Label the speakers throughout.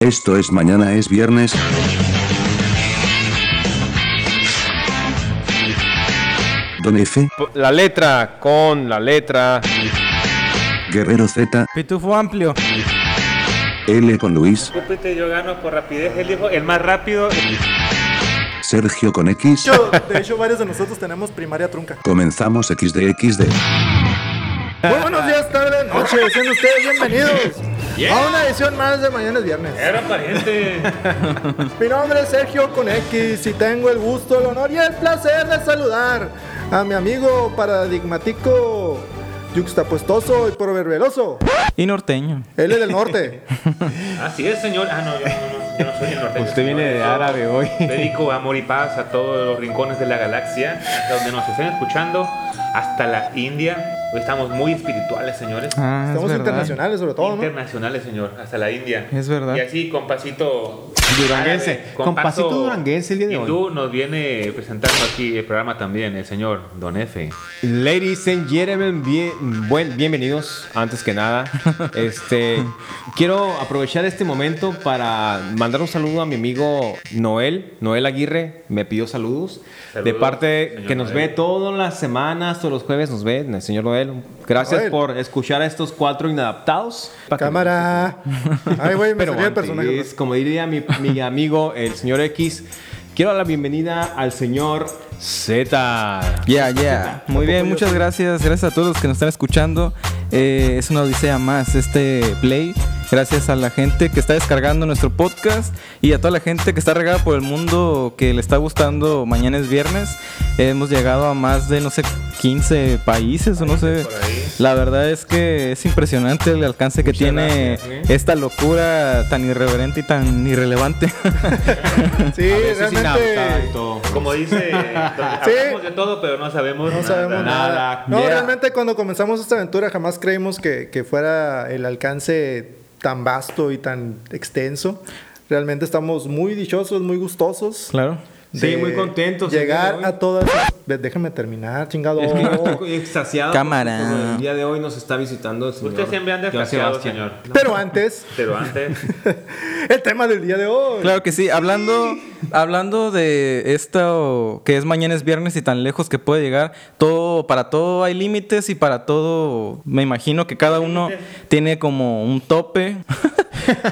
Speaker 1: Esto es mañana es viernes. Don F,
Speaker 2: La letra con la letra.
Speaker 1: Guerrero Z,
Speaker 3: Pitufo amplio.
Speaker 1: L con Luis,
Speaker 4: Júpiter yo gano por rapidez, el hijo, el más rápido.
Speaker 1: Sergio con X.
Speaker 5: De hecho, de hecho, varios de nosotros tenemos primaria trunca.
Speaker 1: Comenzamos XDXD.
Speaker 5: Muy buenos días, tarde, noche. Sean ustedes bienvenidos a una edición más de Mañana es Viernes.
Speaker 4: Era pariente.
Speaker 5: Mi nombre es Sergio con X y tengo el gusto, el honor y el placer de saludar a mi amigo paradigmático, yuxtapuestoso y proverbeloso.
Speaker 3: Y norteño.
Speaker 5: Él es del norte.
Speaker 4: Así es, señor. Ah, no, yo no, yo no soy el norteño.
Speaker 2: Pues Usted viene de
Speaker 4: Yo
Speaker 2: árabe hoy.
Speaker 4: Dedico amor y paz a todos los rincones de la galaxia, hasta donde nos estén escuchando, hasta la India. Hoy estamos muy espirituales, señores.
Speaker 3: Ah, es
Speaker 5: Estamos
Speaker 3: verdad.
Speaker 5: internacionales sobre todo, ¿no?
Speaker 4: Internacionales, señor, hasta la India.
Speaker 3: Es verdad.
Speaker 4: Y así, con pasito
Speaker 2: Duranguense.
Speaker 4: árabe,
Speaker 2: Con
Speaker 4: paso
Speaker 2: pasito duranguense el día de hoy.
Speaker 4: hindú nos viene presentando aquí el programa también, el señor Don F.
Speaker 2: Ladies and gentlemen, bien, buen- bienvenidos. Antes que nada, este, quiero aprovechar este momento para mandar un saludo a mi amigo Noel. Noel Aguirre me pidió saludos. de
Speaker 4: Saludos,
Speaker 2: parte
Speaker 4: señor
Speaker 2: que nos ve
Speaker 4: Noel.
Speaker 2: todas las semanas, todos los jueves nos ve, el señor Noel. Gracias
Speaker 5: Noel.
Speaker 2: por escuchar a estos cuatro inadaptados.
Speaker 5: Cámara. Ay, güey, me
Speaker 2: Pero
Speaker 5: salí el
Speaker 2: antes,
Speaker 5: personaje.
Speaker 2: como diría mi, mi amigo, el señor X, quiero dar la bienvenida al señor Z.
Speaker 3: Ya, ya. Muy bien, muchas gracias. Gracias a todos los que nos están escuchando. Eh, es una odisea más este play. Gracias a la gente que está descargando nuestro podcast y a toda la gente que está regada por el mundo que le está gustando. Mañana es viernes. hemos llegado a más de, no sé, 15 países o no sé. La verdad es que es impresionante el alcance que tiene
Speaker 2: gracias, ¿eh?
Speaker 3: esta locura tan irreverente y tan irrelevante.
Speaker 5: Sí, pues,
Speaker 2: A veces
Speaker 5: realmente.
Speaker 2: inadaptado.
Speaker 4: Como dice, hablamos de todo, pero no sabemos
Speaker 5: No
Speaker 4: nada.
Speaker 5: sabemos nada.
Speaker 2: nada.
Speaker 5: No,
Speaker 2: Yeah.
Speaker 5: realmente cuando comenzamos esta aventura jamás creímos que, que fuera el alcance tan vasto y tan extenso. Realmente estamos muy dichosos, muy gustosos.
Speaker 3: claro.
Speaker 2: Sí,
Speaker 5: de
Speaker 2: muy contentos el día
Speaker 5: Llegar
Speaker 2: de hoy.
Speaker 5: a todas. de- Déjame terminar, chingado.
Speaker 2: Es que yo estoy extasiado.
Speaker 3: Cámara.
Speaker 2: porque El día de hoy nos está visitando el señor.
Speaker 4: Usted siempre anda
Speaker 2: Joan
Speaker 4: desgraciado,
Speaker 2: Sebastián.
Speaker 4: señor.
Speaker 5: Pero antes,
Speaker 4: Pero antes,
Speaker 5: el tema del día de hoy.
Speaker 3: Claro que sí, hablando, hablando de esto que es mañana es viernes y tan lejos que puede llegar, todo, para todo hay límites y para todo, me imagino que cada uno tiene como un tope.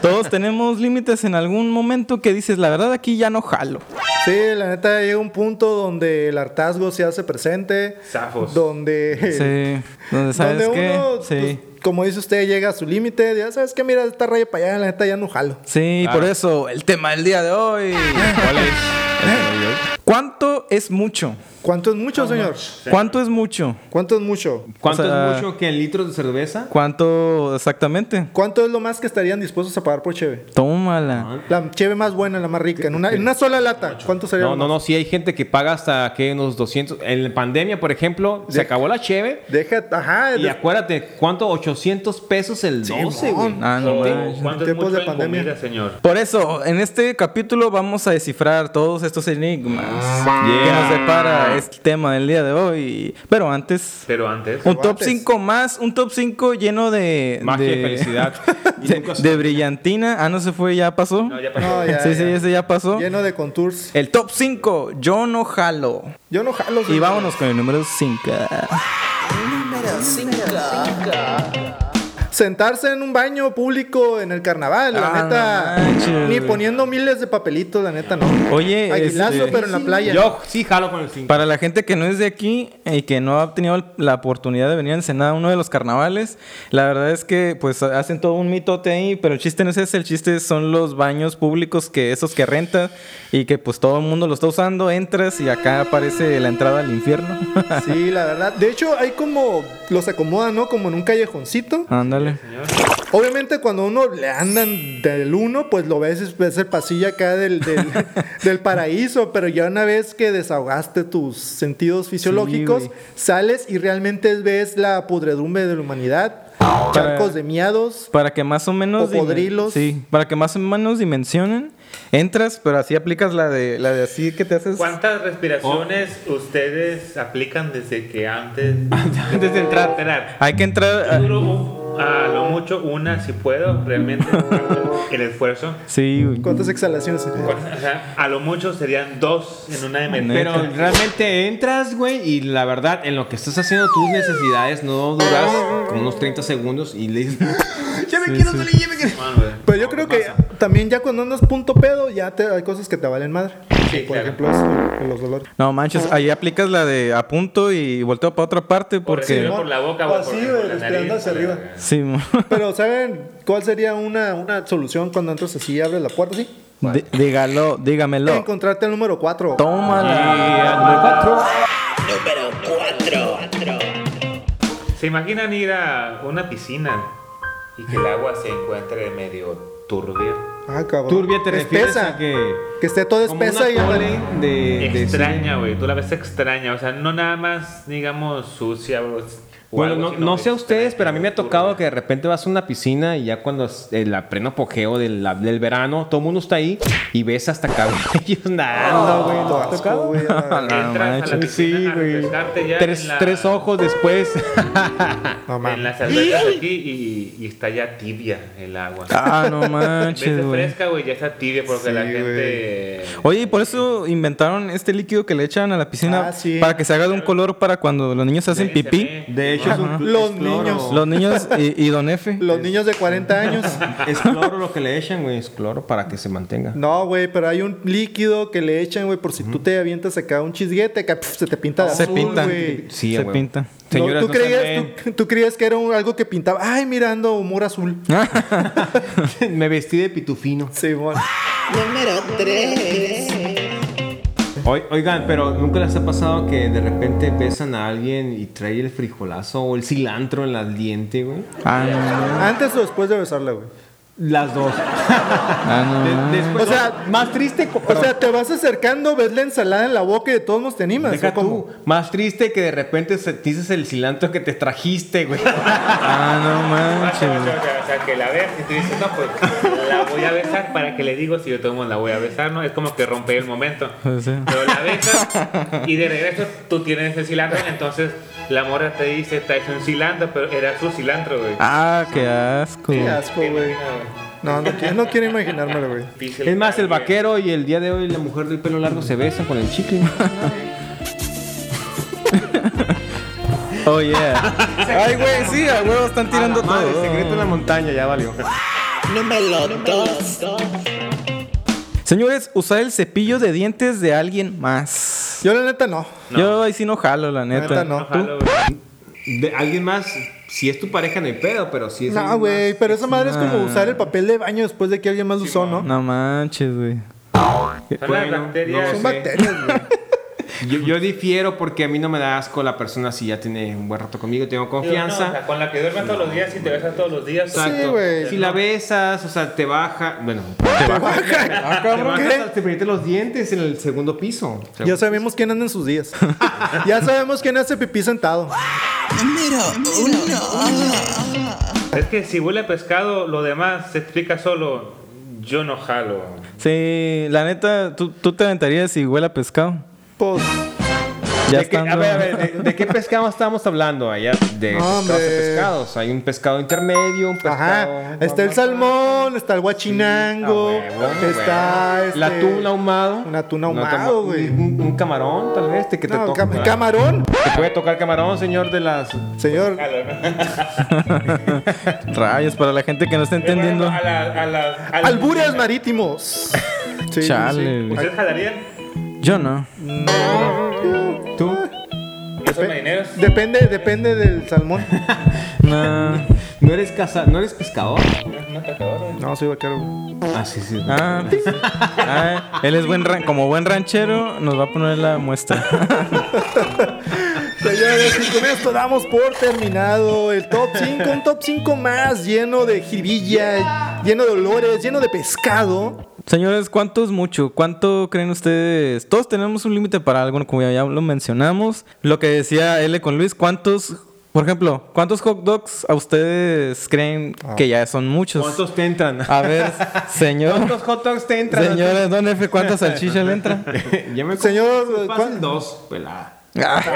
Speaker 3: Todos tenemos límites en algún momento que dices, la verdad aquí ya no jalo.
Speaker 5: Sí, la neta llega un punto donde el hartazgo se hace presente.
Speaker 4: Zafos.
Speaker 5: Donde.
Speaker 3: Sí, donde sabes
Speaker 5: donde
Speaker 3: qué?
Speaker 5: uno,
Speaker 3: sí.
Speaker 5: pues, como dice usted, llega a su límite. Ya sabes que, mira, esta raya para allá, la neta ya no jalo.
Speaker 3: Sí, por eso el tema del día de hoy.
Speaker 2: ¿Cuál es? El señor Joy.
Speaker 3: ¿Cuánto es mucho?
Speaker 5: ¿Cuánto es
Speaker 3: Ah,
Speaker 5: mucho, señor?
Speaker 3: ¿Cuánto es mucho?
Speaker 5: ¿Cuánto es mucho?
Speaker 2: ¿Cuánto
Speaker 3: O sea-
Speaker 2: es mucho que en litros de cerveza?
Speaker 3: ¿Cuánto exactamente?
Speaker 5: ¿Cuánto es lo más que estarían dispuestos a pagar por cheve?
Speaker 3: Tómala.
Speaker 5: La cheve más buena, la más rica, en una, en una sola lata. ¿Cuánto sería?
Speaker 2: No,
Speaker 5: lo
Speaker 2: no,
Speaker 5: más?
Speaker 2: no. Si hay gente que paga hasta que unos 200. En la pandemia, por ejemplo, se
Speaker 5: Ya.
Speaker 2: acabó la cheve.
Speaker 5: Deja, ajá,
Speaker 2: Y
Speaker 5: de-
Speaker 2: acuérdate, ¿cuánto? 800 pesos el 12, güey.
Speaker 5: mon.
Speaker 3: Ah, no
Speaker 4: o
Speaker 3: manches.
Speaker 4: ¿cuánto es
Speaker 5: Tiempos
Speaker 4: mucho
Speaker 5: de
Speaker 4: en
Speaker 5: pandemia.
Speaker 4: comida, señor?
Speaker 3: Por eso, en este capítulo vamos a descifrar todos estos enigmas que nos depara este tema del día de hoy. Pero antes,
Speaker 4: Pero antes,
Speaker 3: un top
Speaker 5: antes.
Speaker 3: 5 más, un top 5 lleno de...
Speaker 2: Magia y
Speaker 3: de-
Speaker 2: felicidad. Y
Speaker 3: De,
Speaker 2: nunca
Speaker 3: de brillantina. Ah, no se fue, ya pasó.
Speaker 4: no, ya pasó.
Speaker 5: No, ya,
Speaker 3: sí, sí,
Speaker 5: ya.
Speaker 3: ese ya pasó.
Speaker 5: Lleno de contours.
Speaker 3: El top 5, yo no jalo.
Speaker 5: Yo no jalo.
Speaker 3: Y
Speaker 5: señor.
Speaker 3: vámonos con el número 5.
Speaker 5: Sentarse en un baño público en el carnaval, la
Speaker 3: Ah,
Speaker 5: neta.
Speaker 3: no manches,
Speaker 5: ni
Speaker 3: güey.
Speaker 5: poniendo miles de papelitos, la neta, no.
Speaker 3: Oye,
Speaker 5: Aguilazo,
Speaker 3: este-
Speaker 5: pero en la playa.
Speaker 2: Yo sí jalo con el 5.
Speaker 3: Para la gente que no es de aquí y que no ha tenido la oportunidad de venir a Ensenada a uno de los carnavales, la verdad es que pues hacen todo un mitote ahí, pero el chiste no es ese, el chiste son los baños públicos que esos que rentas y que pues todo el mundo lo está usando, entras y acá aparece la entrada al infierno.
Speaker 5: Sí, la verdad. De hecho, hay como. Los acomodan, ¿no? Como en un callejoncito.
Speaker 3: Ándale.
Speaker 5: Obviamente cuando uno le andan del uno, pues lo ves, es- ves el pasillo acá del, del, del paraíso, pero ya una vez que desahogaste tus sentidos fisiológicos,
Speaker 3: güey.
Speaker 5: sales y realmente ves la pudredumbre de la humanidad, charcos de miados.
Speaker 3: Para que más o menos dimen-
Speaker 5: Cocodrilos.
Speaker 3: Sí, para que más o menos dimensionen, entras, pero así aplicas la de la de así que te haces
Speaker 4: ¿Cuántas respiraciones
Speaker 5: Oh.
Speaker 4: ustedes aplican desde que antes,
Speaker 2: Antes de entrar.
Speaker 4: Esperar.
Speaker 3: Hay que entrar
Speaker 4: Duro un- A lo mucho una, si puedo, realmente. el esfuerzo.
Speaker 3: Sí, güey.
Speaker 5: ¿Cuántas exhalaciones?
Speaker 4: Ajá, A lo mucho serían dos en una de
Speaker 2: Pero realmente entras, güey, y la verdad, en lo que estás haciendo tus necesidades, no duras como unos 30 segundos y le dices, ya me quiero salir, ya me quiero.
Speaker 5: Pero yo creo que también ya cuando andas punto pedo, ya te, hay cosas que te valen madre.
Speaker 4: Sí,
Speaker 5: Por
Speaker 4: claro.
Speaker 5: ejemplo, es los dolores.
Speaker 3: No manches, ahí aplicas la de apunto y volteo para otra parte
Speaker 4: Porque
Speaker 3: porque.
Speaker 4: por la boca,
Speaker 5: O
Speaker 4: por-
Speaker 5: así,
Speaker 4: por-
Speaker 5: güey,
Speaker 4: por la
Speaker 5: respirando
Speaker 4: nariz,
Speaker 5: hacia
Speaker 4: por la-
Speaker 5: arriba.
Speaker 3: Sí, mo-
Speaker 5: Pero ¿saben cuál sería una, una solución cuando entras así y abres la puerta así?
Speaker 3: Dí- dígalo, dígamelo.
Speaker 5: Encontrarte el número 4.
Speaker 3: Tómala.
Speaker 4: ¿Se imaginan ir a una piscina y que el agua se encuentre medio turbia?
Speaker 5: Ah, cabrón.
Speaker 2: Turbia te refieres
Speaker 5: Espesa.
Speaker 2: a que
Speaker 5: Que esté toda
Speaker 2: como
Speaker 5: espesa y
Speaker 2: una
Speaker 5: ándale.
Speaker 2: cole de, de-
Speaker 4: Extraña, güey. Tú la ves extraña. O sea, no nada más, digamos, sucia. o- o
Speaker 2: Bueno,
Speaker 4: algo,
Speaker 2: no,
Speaker 4: sino
Speaker 2: no sé a ustedes,
Speaker 4: extraña,
Speaker 2: pero a mí me ha
Speaker 4: turbia.
Speaker 2: tocado que de repente vas a una piscina y ya cuando es el a pleno apogeo del, la- del verano, todo el mundo está ahí y ves hasta cabellos nadando, güey. ¿No te ha
Speaker 5: Asco,
Speaker 2: tocado?
Speaker 5: güey, a la-
Speaker 3: No
Speaker 4: Entras a la
Speaker 3: manches.
Speaker 4: piscina
Speaker 2: Sí,
Speaker 4: a
Speaker 2: güey.
Speaker 4: refrescarte ya
Speaker 2: Tres,
Speaker 4: en la-
Speaker 2: tres ojos después.
Speaker 5: No, mames.
Speaker 4: En las albercas aquí y, y está ya tibia el agua.
Speaker 3: Ah, no
Speaker 4: En vez
Speaker 3: manches,
Speaker 4: de
Speaker 3: güey.
Speaker 4: fresca, güey, ya está tibia porque
Speaker 5: Sí,
Speaker 4: la
Speaker 5: güey.
Speaker 4: gente...
Speaker 3: Oye, y por eso inventaron este líquido que le echan a la piscina
Speaker 5: Ah, sí.
Speaker 3: para que se haga de un color para cuando los niños hacen
Speaker 4: Nadie se
Speaker 3: pipí.
Speaker 4: ve.
Speaker 2: De hecho, es un-
Speaker 5: Los
Speaker 2: es cloro.
Speaker 5: niños.
Speaker 3: Los niños y, y Don F.
Speaker 5: Los niños de 40 años.
Speaker 2: Es cloro lo que le echan, güey. Es cloro para que se mantenga.
Speaker 5: No, güey, pero hay un líquido que le echan, güey, por si tú te avientas acá un chisguete, acá pf, se te pinta de
Speaker 3: Se
Speaker 5: azul,
Speaker 3: pinta.
Speaker 5: güey.
Speaker 2: Sí,
Speaker 3: se
Speaker 2: güey.
Speaker 3: pinta.
Speaker 5: No,
Speaker 2: Señoras,
Speaker 5: ¿tú,
Speaker 2: no
Speaker 5: creías,
Speaker 2: sean-
Speaker 5: tú, tú creías que era un- algo que pintaba. Ay, mirando humor azul.
Speaker 3: Ah,
Speaker 2: Me vestí de pitufino.
Speaker 5: Sí, bueno.
Speaker 6: Número 3.
Speaker 2: Oi- Oigan, pero ¿nunca les ha pasado que de repente besan a alguien y trae el frijolazo o el cilantro en las dientes, güey?
Speaker 3: Ah, no.
Speaker 5: Antes o después de besarla, güey.
Speaker 2: Las dos.
Speaker 3: Ah, no.
Speaker 2: De- después-
Speaker 5: O sea,
Speaker 2: más triste. co-
Speaker 5: O sea, te vas acercando, ves la ensalada en la boca y de todos nos te animas.
Speaker 2: Deja
Speaker 5: ¿o cómo?
Speaker 2: tú, más triste que de repente se- dices el cilantro que te trajiste, güey.
Speaker 3: Ah, no
Speaker 4: O
Speaker 3: manches.
Speaker 4: sea, o
Speaker 3: güey.
Speaker 4: sea, o sea, que la veas y tú dices, no, pues la voy a besar para que le digo si yo tomo la voy a besar, ¿no? Es como que rompe el momento.
Speaker 3: O sea.
Speaker 4: Pero la besas y de regreso tú tienes el cilantro, entonces la morra te dice, traes un cilantro, pero era su cilantro, güey.
Speaker 3: Ah, qué asco.
Speaker 5: Qué asco, güey. No, no, quiero- no quiero imaginármelo, güey.
Speaker 4: Difícil.
Speaker 2: Es más, el vaquero y el día de hoy la mujer del pelo largo se besan con el chicle.
Speaker 3: Oh, yeah. Ay, güey, sí, a huevo están tirando
Speaker 2: Madre,
Speaker 3: todo.
Speaker 2: secreto en la montaña, ya valió.
Speaker 6: Número 2.
Speaker 3: Señores, usar el cepillo de dientes de alguien más.
Speaker 5: Yo la neta no.
Speaker 3: Yo ahí sí no jalo, la
Speaker 5: La
Speaker 3: neta.
Speaker 5: neta no.
Speaker 4: Ojalá, güey.
Speaker 2: De alguien más, si es tu pareja, no hay pedo, pero si es.
Speaker 5: No,
Speaker 2: alguien
Speaker 5: güey, pero esa madre es como
Speaker 3: Ah.
Speaker 5: usar el papel de baño después de que alguien más lo usó, ¿no?
Speaker 3: No manches, güey.
Speaker 4: Son
Speaker 2: Bueno,
Speaker 4: las bacterias.
Speaker 2: no
Speaker 5: Son
Speaker 2: sé.
Speaker 5: bacterias, güey.
Speaker 2: más- Yo, yo difiero porque a mí no me da asco la persona si ya tiene un buen rato conmigo, tengo
Speaker 4: Digo, no, o
Speaker 2: confianza.
Speaker 4: sea, con la que duermes todos los días y te besas todos los días.
Speaker 2: Exacto.
Speaker 5: Sí, güey.
Speaker 2: Si la besas, o sea, te baja. Ah, Bueno,
Speaker 5: Te baja.
Speaker 2: te bajas,
Speaker 5: ¿qué?
Speaker 2: te perdiste los dientes en el segundo piso.
Speaker 5: Ya sabemos quién anda en sus días. ya sabemos quién hace pipí sentado.
Speaker 4: Es que si huele a pescado, lo demás se explica solo. Yo no jalo.
Speaker 3: Sí, la neta, tú, tú te aventarías si huele a pescado.
Speaker 5: Pues,
Speaker 3: Ya
Speaker 2: ¿De qué-
Speaker 3: estando-
Speaker 2: a ver, a ver, ¿de, de qué pescado estamos hablando allá? De
Speaker 5: No,
Speaker 2: pescados
Speaker 5: hombre.
Speaker 2: a pescados. Hay un pescado intermedio, un pescado.
Speaker 5: ajá. Está el salmón, está el guachinango,
Speaker 2: Ah, huevo, huevo.
Speaker 5: está este-
Speaker 2: La tuna ahumado.
Speaker 5: un atún ahumado,
Speaker 2: Una tama-
Speaker 5: güey.
Speaker 2: Un, un- un camarón, tal vez, te- que te
Speaker 5: No,
Speaker 2: toca.
Speaker 5: cam- camarón.
Speaker 2: ¿Te puede tocar camarón, señor de las.
Speaker 5: Señor,
Speaker 4: Jalo, ¿no?
Speaker 3: Rayos, para la gente que no
Speaker 2: Eh,
Speaker 3: está entendiendo.
Speaker 4: A la- a la- a la-
Speaker 5: albures marítimos. Sí, sí,
Speaker 3: Chale, güey.
Speaker 4: ¿Ustedes jalarían?
Speaker 3: Yo no.
Speaker 2: ¿Tú?
Speaker 4: Yo soy marineros.
Speaker 5: sí. Depende, depende del salmón.
Speaker 3: No.
Speaker 2: ¿No eres, casa, ¿No eres pescador?
Speaker 5: No, soy vaquero. güey.
Speaker 2: Ah, sí, sí.
Speaker 3: Ah, pues sí. Ah, él es buen ran- como buen ranchero, nos va a poner la muestra.
Speaker 5: Señores, y con esto damos por terminado el top 5, un top 5 más lleno de jiribilla, lleno de olores, lleno de pescado.
Speaker 3: Señores, ¿cuánto es mucho? ¿Cuánto creen ustedes? Todos tenemos un límite para algo, como ya lo mencionamos. Lo que decía L con Luis, ¿cuántos, por ejemplo, cuántos hot dogs a ustedes creen
Speaker 5: Ah.
Speaker 3: que ya son muchos?
Speaker 2: ¿Cuántos te entran?
Speaker 3: A ver, señor.
Speaker 2: ¿Cuántos hot dogs te entran?
Speaker 3: Señores, don F, ¿cuántas salchichas le entra?
Speaker 2: Ya me
Speaker 5: Señor,
Speaker 2: pasen
Speaker 5: ¿cuál-
Speaker 2: dos, pues, pelada.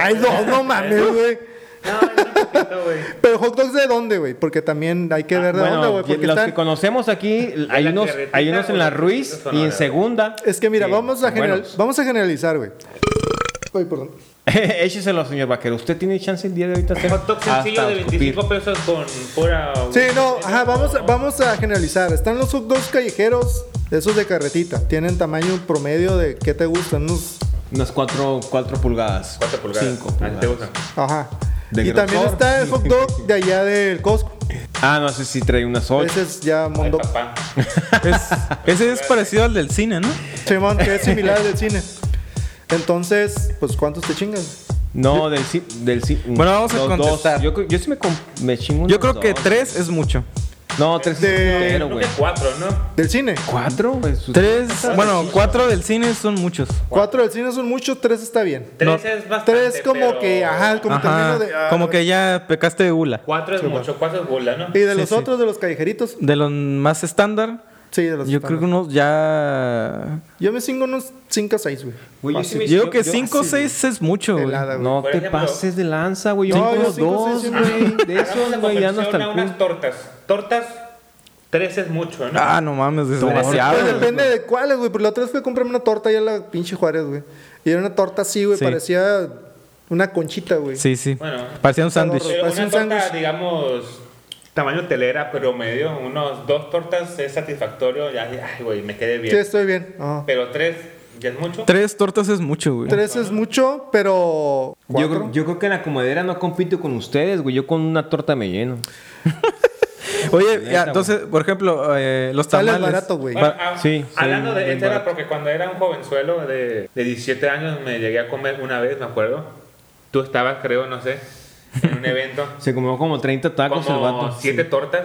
Speaker 5: Ay, no, no mames, güey.
Speaker 4: No, es un poquito, güey.
Speaker 5: Pero hot dogs de dónde, güey? Porque también hay que ver de dónde, güey.
Speaker 2: Ah, Bueno,
Speaker 5: Porque
Speaker 2: los
Speaker 5: están...
Speaker 2: que conocemos aquí, hay
Speaker 4: la
Speaker 2: unos,
Speaker 4: carretita
Speaker 2: hay unos
Speaker 4: o
Speaker 2: en la
Speaker 4: la
Speaker 2: Ruiz
Speaker 4: carretita
Speaker 2: y en
Speaker 4: sonora.
Speaker 2: segunda. Eh,
Speaker 5: Es que mira,
Speaker 2: Sí,
Speaker 5: vamos, a
Speaker 2: son
Speaker 5: general...
Speaker 2: buenos.
Speaker 5: vamos a generalizar, güey. Ay, perdón.
Speaker 2: Écheselo, señor Vaquero. Usted tiene chance el día de ahorita. hacer
Speaker 4: Hot dog sencillo
Speaker 2: hasta
Speaker 4: de
Speaker 2: escupir.
Speaker 4: 25 pesos con pura.
Speaker 5: Sí, no, ajá, vamos, a- vamos a generalizar. Están los hot dogs callejeros, de esos de carretita. Tienen tamaño promedio de, ¿qué te gustan? Unos,
Speaker 2: Unas 4 pulgadas.
Speaker 4: 4 pulgadas.
Speaker 2: 5
Speaker 4: Ah,
Speaker 2: pulgadas.
Speaker 4: ¿Te gustan?
Speaker 5: ajá.
Speaker 2: De
Speaker 5: y también
Speaker 2: grosor.
Speaker 5: está el hot dog de allá del Costco.
Speaker 2: Ah, no sé si trae unas 8.
Speaker 5: Ese es ya
Speaker 4: Ay,
Speaker 5: mundo.
Speaker 4: papá.
Speaker 3: Es- ese es parecido al del cine, ¿no?
Speaker 5: Simón, que es similar al del cine. Entonces, pues, ¿cuántos te chingan?
Speaker 2: No, del sí. Del sí
Speaker 3: Bueno, vamos a
Speaker 2: los dos.
Speaker 3: contestar.
Speaker 2: Yo, creo- yo sí me, com- me chingo
Speaker 3: Yo
Speaker 2: unos
Speaker 3: creo que
Speaker 2: dos.
Speaker 3: tres es mucho.
Speaker 2: No, 3
Speaker 5: De-
Speaker 2: es entero,
Speaker 4: Creo
Speaker 2: güey. Pues,
Speaker 4: que 4, ¿no?
Speaker 5: Del cine.
Speaker 2: 4
Speaker 3: Tres, bueno, cuatro del cine son muchos.
Speaker 5: Cuatro del cine son muchos, tres está bien.
Speaker 4: 3 es bastante.
Speaker 5: Tres como
Speaker 4: pero
Speaker 5: que, ajá, como
Speaker 3: Ajá,
Speaker 5: termino de... ah,
Speaker 3: como que ya pecaste de gula.
Speaker 4: Cuatro es
Speaker 2: pues.
Speaker 4: mucho, cuatro es bola, ¿no?
Speaker 5: Y de
Speaker 3: Sí,
Speaker 5: los
Speaker 3: sí.
Speaker 5: otros, de los callejeritos.
Speaker 3: De los más estándar,
Speaker 5: Sí, de los
Speaker 3: yo creo que unos ya...
Speaker 5: Yo me cingo unos 5 o 6, güey.
Speaker 3: Yo creo que cinco o seis es mucho, güey.
Speaker 5: Pelada, güey.
Speaker 2: No
Speaker 4: Por
Speaker 2: te
Speaker 4: ejemplo-
Speaker 2: pases de lanza, güey. Yo
Speaker 5: No,
Speaker 2: me
Speaker 5: yo
Speaker 2: como
Speaker 5: cinco,
Speaker 2: dos,
Speaker 5: seis,
Speaker 2: güey.
Speaker 5: siempre.
Speaker 2: De esos,
Speaker 4: Hagamos
Speaker 2: güey,
Speaker 4: la
Speaker 2: ya no está
Speaker 4: conversión
Speaker 2: el
Speaker 4: a
Speaker 2: culo.
Speaker 4: unas tortas. Tortas, 3 es mucho, ¿no?
Speaker 3: Ah, no mames, es
Speaker 5: Pero
Speaker 3: demasiado.
Speaker 5: Pues depende de cuáles, güey. Porque la otra vez fui a comprarme una torta allá en la pinche Juárez, güey. Y era una torta así, güey.
Speaker 3: Sí.
Speaker 5: Parecía una conchita, güey.
Speaker 3: Sí, sí.
Speaker 4: Bueno.
Speaker 3: Parecía un
Speaker 2: pues,
Speaker 3: sándwich.
Speaker 4: Pero
Speaker 5: parece
Speaker 4: una
Speaker 5: un
Speaker 4: torta,
Speaker 5: sándwich.
Speaker 4: digamos, tamaño telera, pero medio, unos dos tortas es satisfactorio. Ya, ay, güey, me quedé bien.
Speaker 5: Sí, estoy bien. Ajá.
Speaker 4: Pero tres, ya es mucho.
Speaker 3: Tres tortas es mucho, güey.
Speaker 5: Tres es mucho,
Speaker 2: Yo,
Speaker 5: pero. ¿cuatro?
Speaker 2: creo- yo creo que en la comedera no compito con ustedes, güey. Yo con una torta me lleno.
Speaker 3: Oye, ya, entonces, por ejemplo, eh, los
Speaker 5: Sale
Speaker 3: tamales.
Speaker 5: barato, güey.
Speaker 4: Bueno,
Speaker 2: Va-
Speaker 4: ah,
Speaker 2: sí, sí,
Speaker 4: hablando de
Speaker 2: bien
Speaker 4: esto era
Speaker 2: barato.
Speaker 4: porque cuando era un jovenzuelo de, de 17 años me llegué a comer una vez, me acuerdo. Tú estabas, creo, no sé, en un evento.
Speaker 2: Se comió como 30 tacos el
Speaker 4: como
Speaker 2: vato.
Speaker 4: siete tortas.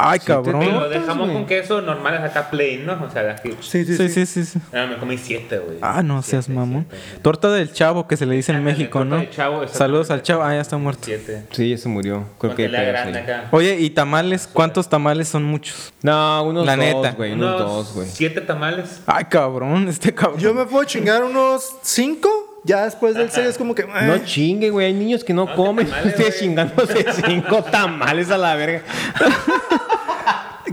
Speaker 3: Ay,
Speaker 4: Y
Speaker 3: cabrón.
Speaker 4: lo
Speaker 2: Tortas,
Speaker 4: dejamos
Speaker 2: güey.
Speaker 4: con queso normales acá plain, ¿no? O sea, de aquí.
Speaker 5: Sí, sí,
Speaker 3: Sí,
Speaker 5: sí.
Speaker 3: sí, sí, sí.
Speaker 4: Ah, me comí siete, güey.
Speaker 3: Ah, no
Speaker 4: Siete,
Speaker 3: seas mamón.
Speaker 4: siete, siete.
Speaker 3: Torta del chavo que se le dice en
Speaker 4: Ándale,
Speaker 3: México,
Speaker 4: torta
Speaker 3: ¿no?
Speaker 4: del chavo, exactamente.
Speaker 3: Saludos al chavo. Ah, ya está muerto.
Speaker 4: Siete.
Speaker 2: Sí, ya se murió. Creo
Speaker 4: Con
Speaker 2: que
Speaker 4: tela
Speaker 2: pedazo
Speaker 4: grande
Speaker 2: ahí.
Speaker 4: acá.
Speaker 3: Oye, ¿y tamales? ¿Cuántos tamales son muchos?
Speaker 2: No, unos
Speaker 3: La
Speaker 2: dos,
Speaker 3: neta.
Speaker 2: güey. Unos,
Speaker 4: Unos
Speaker 2: dos, güey.
Speaker 4: siete tamales.
Speaker 3: Ay, cabrón, este cabrón.
Speaker 5: Yo me puedo chingar unos 5. Ya después del 6 es como que. eh.
Speaker 2: No chingue, güey. Hay niños que no,
Speaker 4: No,
Speaker 2: comen.
Speaker 4: tamales,
Speaker 2: Ustedes
Speaker 4: güey.
Speaker 2: chingándose cinco tamales a la verga.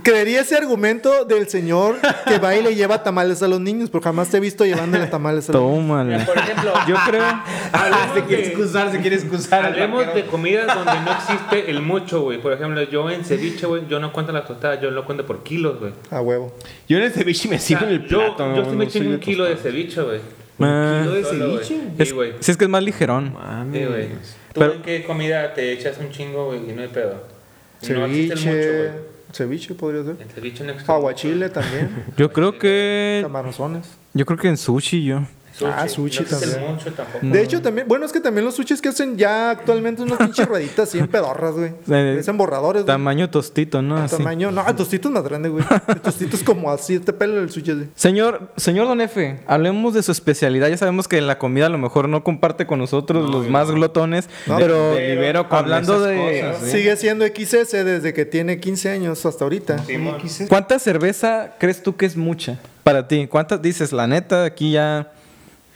Speaker 5: Creería ese argumento del señor que va y le lleva tamales a los niños, pero jamás te he visto llevándole tamales a los niños.
Speaker 3: Tómala.
Speaker 4: Por Ah, ejemplo,
Speaker 3: Yo creo.
Speaker 2: ah,
Speaker 4: hablemos
Speaker 2: se quiere
Speaker 4: de-
Speaker 2: excusar, se quiere excusar. el
Speaker 4: Hablemos
Speaker 2: vaquero.
Speaker 4: de comidas donde no existe el mucho, güey. Por ejemplo, yo en ceviche, güey, yo no cuento las tostadas, yo lo cuento por kilos, güey.
Speaker 5: A huevo.
Speaker 2: Yo en el ceviche me
Speaker 4: O sea,
Speaker 2: sigo en el
Speaker 4: Ah, yo-
Speaker 2: plato.
Speaker 4: yo,
Speaker 2: no-
Speaker 4: sí me
Speaker 2: no
Speaker 4: chingo
Speaker 2: soy
Speaker 4: un kilo de
Speaker 2: tostado.
Speaker 4: ceviche, güey.
Speaker 3: Ah,
Speaker 2: ¿Kilo de
Speaker 4: Solo, güey.
Speaker 2: ceviche?
Speaker 4: Sí,
Speaker 3: es,
Speaker 4: güey.
Speaker 3: si es que es más ligerón.
Speaker 2: Mami.
Speaker 4: Sí, güey. ¿Tú
Speaker 3: Pero-
Speaker 4: en qué comida te echas un chingo, güey, y no hay pedo? No existe el
Speaker 5: Ceviche.
Speaker 4: mucho, güey.
Speaker 5: ceviche podría ser.
Speaker 4: El ceviche no existe.
Speaker 5: Aguachile también.
Speaker 3: Yo creo que.
Speaker 5: Camarones.
Speaker 3: Yo creo que en sushi yo.
Speaker 4: Sushi.
Speaker 5: Ah, sushi
Speaker 4: no existe
Speaker 5: también.
Speaker 4: el mucho tampoco.
Speaker 5: De hecho, también, bueno, es que también los sushis que hacen ya actualmente unas pinches rueditas así en pedorras, güey.
Speaker 3: Eh,
Speaker 5: Hacen borradores, güey.
Speaker 3: Tamaño tostito, ¿no? Así.
Speaker 5: Tamaño. No, el tostito es más grande, güey. El tostito es como así, este pelo del sushi, güey.
Speaker 3: Señor, señor Don Efe, hablemos de su especialidad. Ya sabemos que en la comida a lo mejor no comparte con nosotros los más glotones,
Speaker 5: No,
Speaker 3: pero
Speaker 2: te libero con
Speaker 3: hablando
Speaker 2: esas
Speaker 3: de
Speaker 2: cosas, ¿eh? Sí.
Speaker 5: Sigue siendo XS desde que tiene 15 años hasta ahorita.
Speaker 4: Simón.
Speaker 3: ¿Cuánta cerveza crees tú que es mucha para ti? ¿Cuántas dices? La neta, aquí ya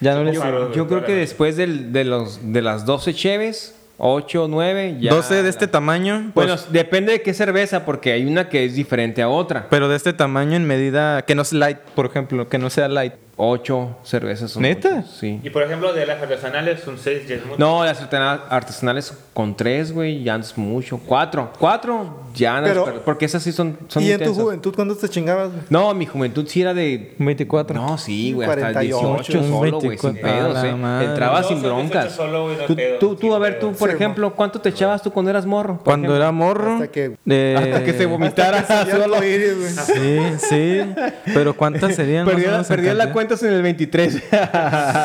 Speaker 3: ya no les
Speaker 4: Claro,
Speaker 2: Yo creo
Speaker 4: claro.
Speaker 2: que después del- de, los, de las 12 cheves, 8 9, ya.
Speaker 3: 12 de este tamaño, pues,
Speaker 2: Bueno, depende de qué cerveza, porque hay una que es diferente a otra.
Speaker 3: pero de este tamaño en medida que no es light, por ejemplo, que no sea light.
Speaker 2: 8 cervezas son.
Speaker 3: ¿Neta?
Speaker 2: muchas, Sí.
Speaker 4: Y por ejemplo, de las artesanales, un 6 ya es mucho.
Speaker 2: No, las artesana- artesanales con 3, güey, ya no es mucho. 4, 4, ya no es
Speaker 5: Pero-
Speaker 2: per- Porque esas sí son, son
Speaker 5: ¿Y en tu
Speaker 2: intensas.
Speaker 5: juventud cuándo te chingabas, güey?
Speaker 2: No, mi juventud sí era de
Speaker 3: 24.
Speaker 2: No, sí, güey, hasta
Speaker 5: 48,
Speaker 2: 18 solo, güey, sin
Speaker 3: 24.
Speaker 2: pedos,
Speaker 3: A la
Speaker 2: eh.
Speaker 3: madre.
Speaker 2: Entraba
Speaker 4: No,
Speaker 2: sin
Speaker 4: son 18
Speaker 2: broncas.
Speaker 4: solo, güey, no hay
Speaker 2: tú,
Speaker 4: pedo,
Speaker 2: tú, tú,
Speaker 4: sin
Speaker 2: a ver,
Speaker 4: pedo.
Speaker 2: tú, por
Speaker 5: Sí,
Speaker 2: ejemplo, ¿cuánto te echabas tú cuando eras morro? por
Speaker 3: Cuando
Speaker 2: ejemplo?
Speaker 3: era morro,
Speaker 5: Hasta que-
Speaker 3: eh,
Speaker 2: Hasta que se vomitara
Speaker 3: Ah,
Speaker 5: Hasta que salía
Speaker 2: solo.
Speaker 5: arco iris, güey.
Speaker 3: Sí, sí, pero ¿cuántas serían? más o
Speaker 2: Perdías
Speaker 3: menos en
Speaker 2: perdías las
Speaker 3: cantidad?
Speaker 2: cuentas en el 23.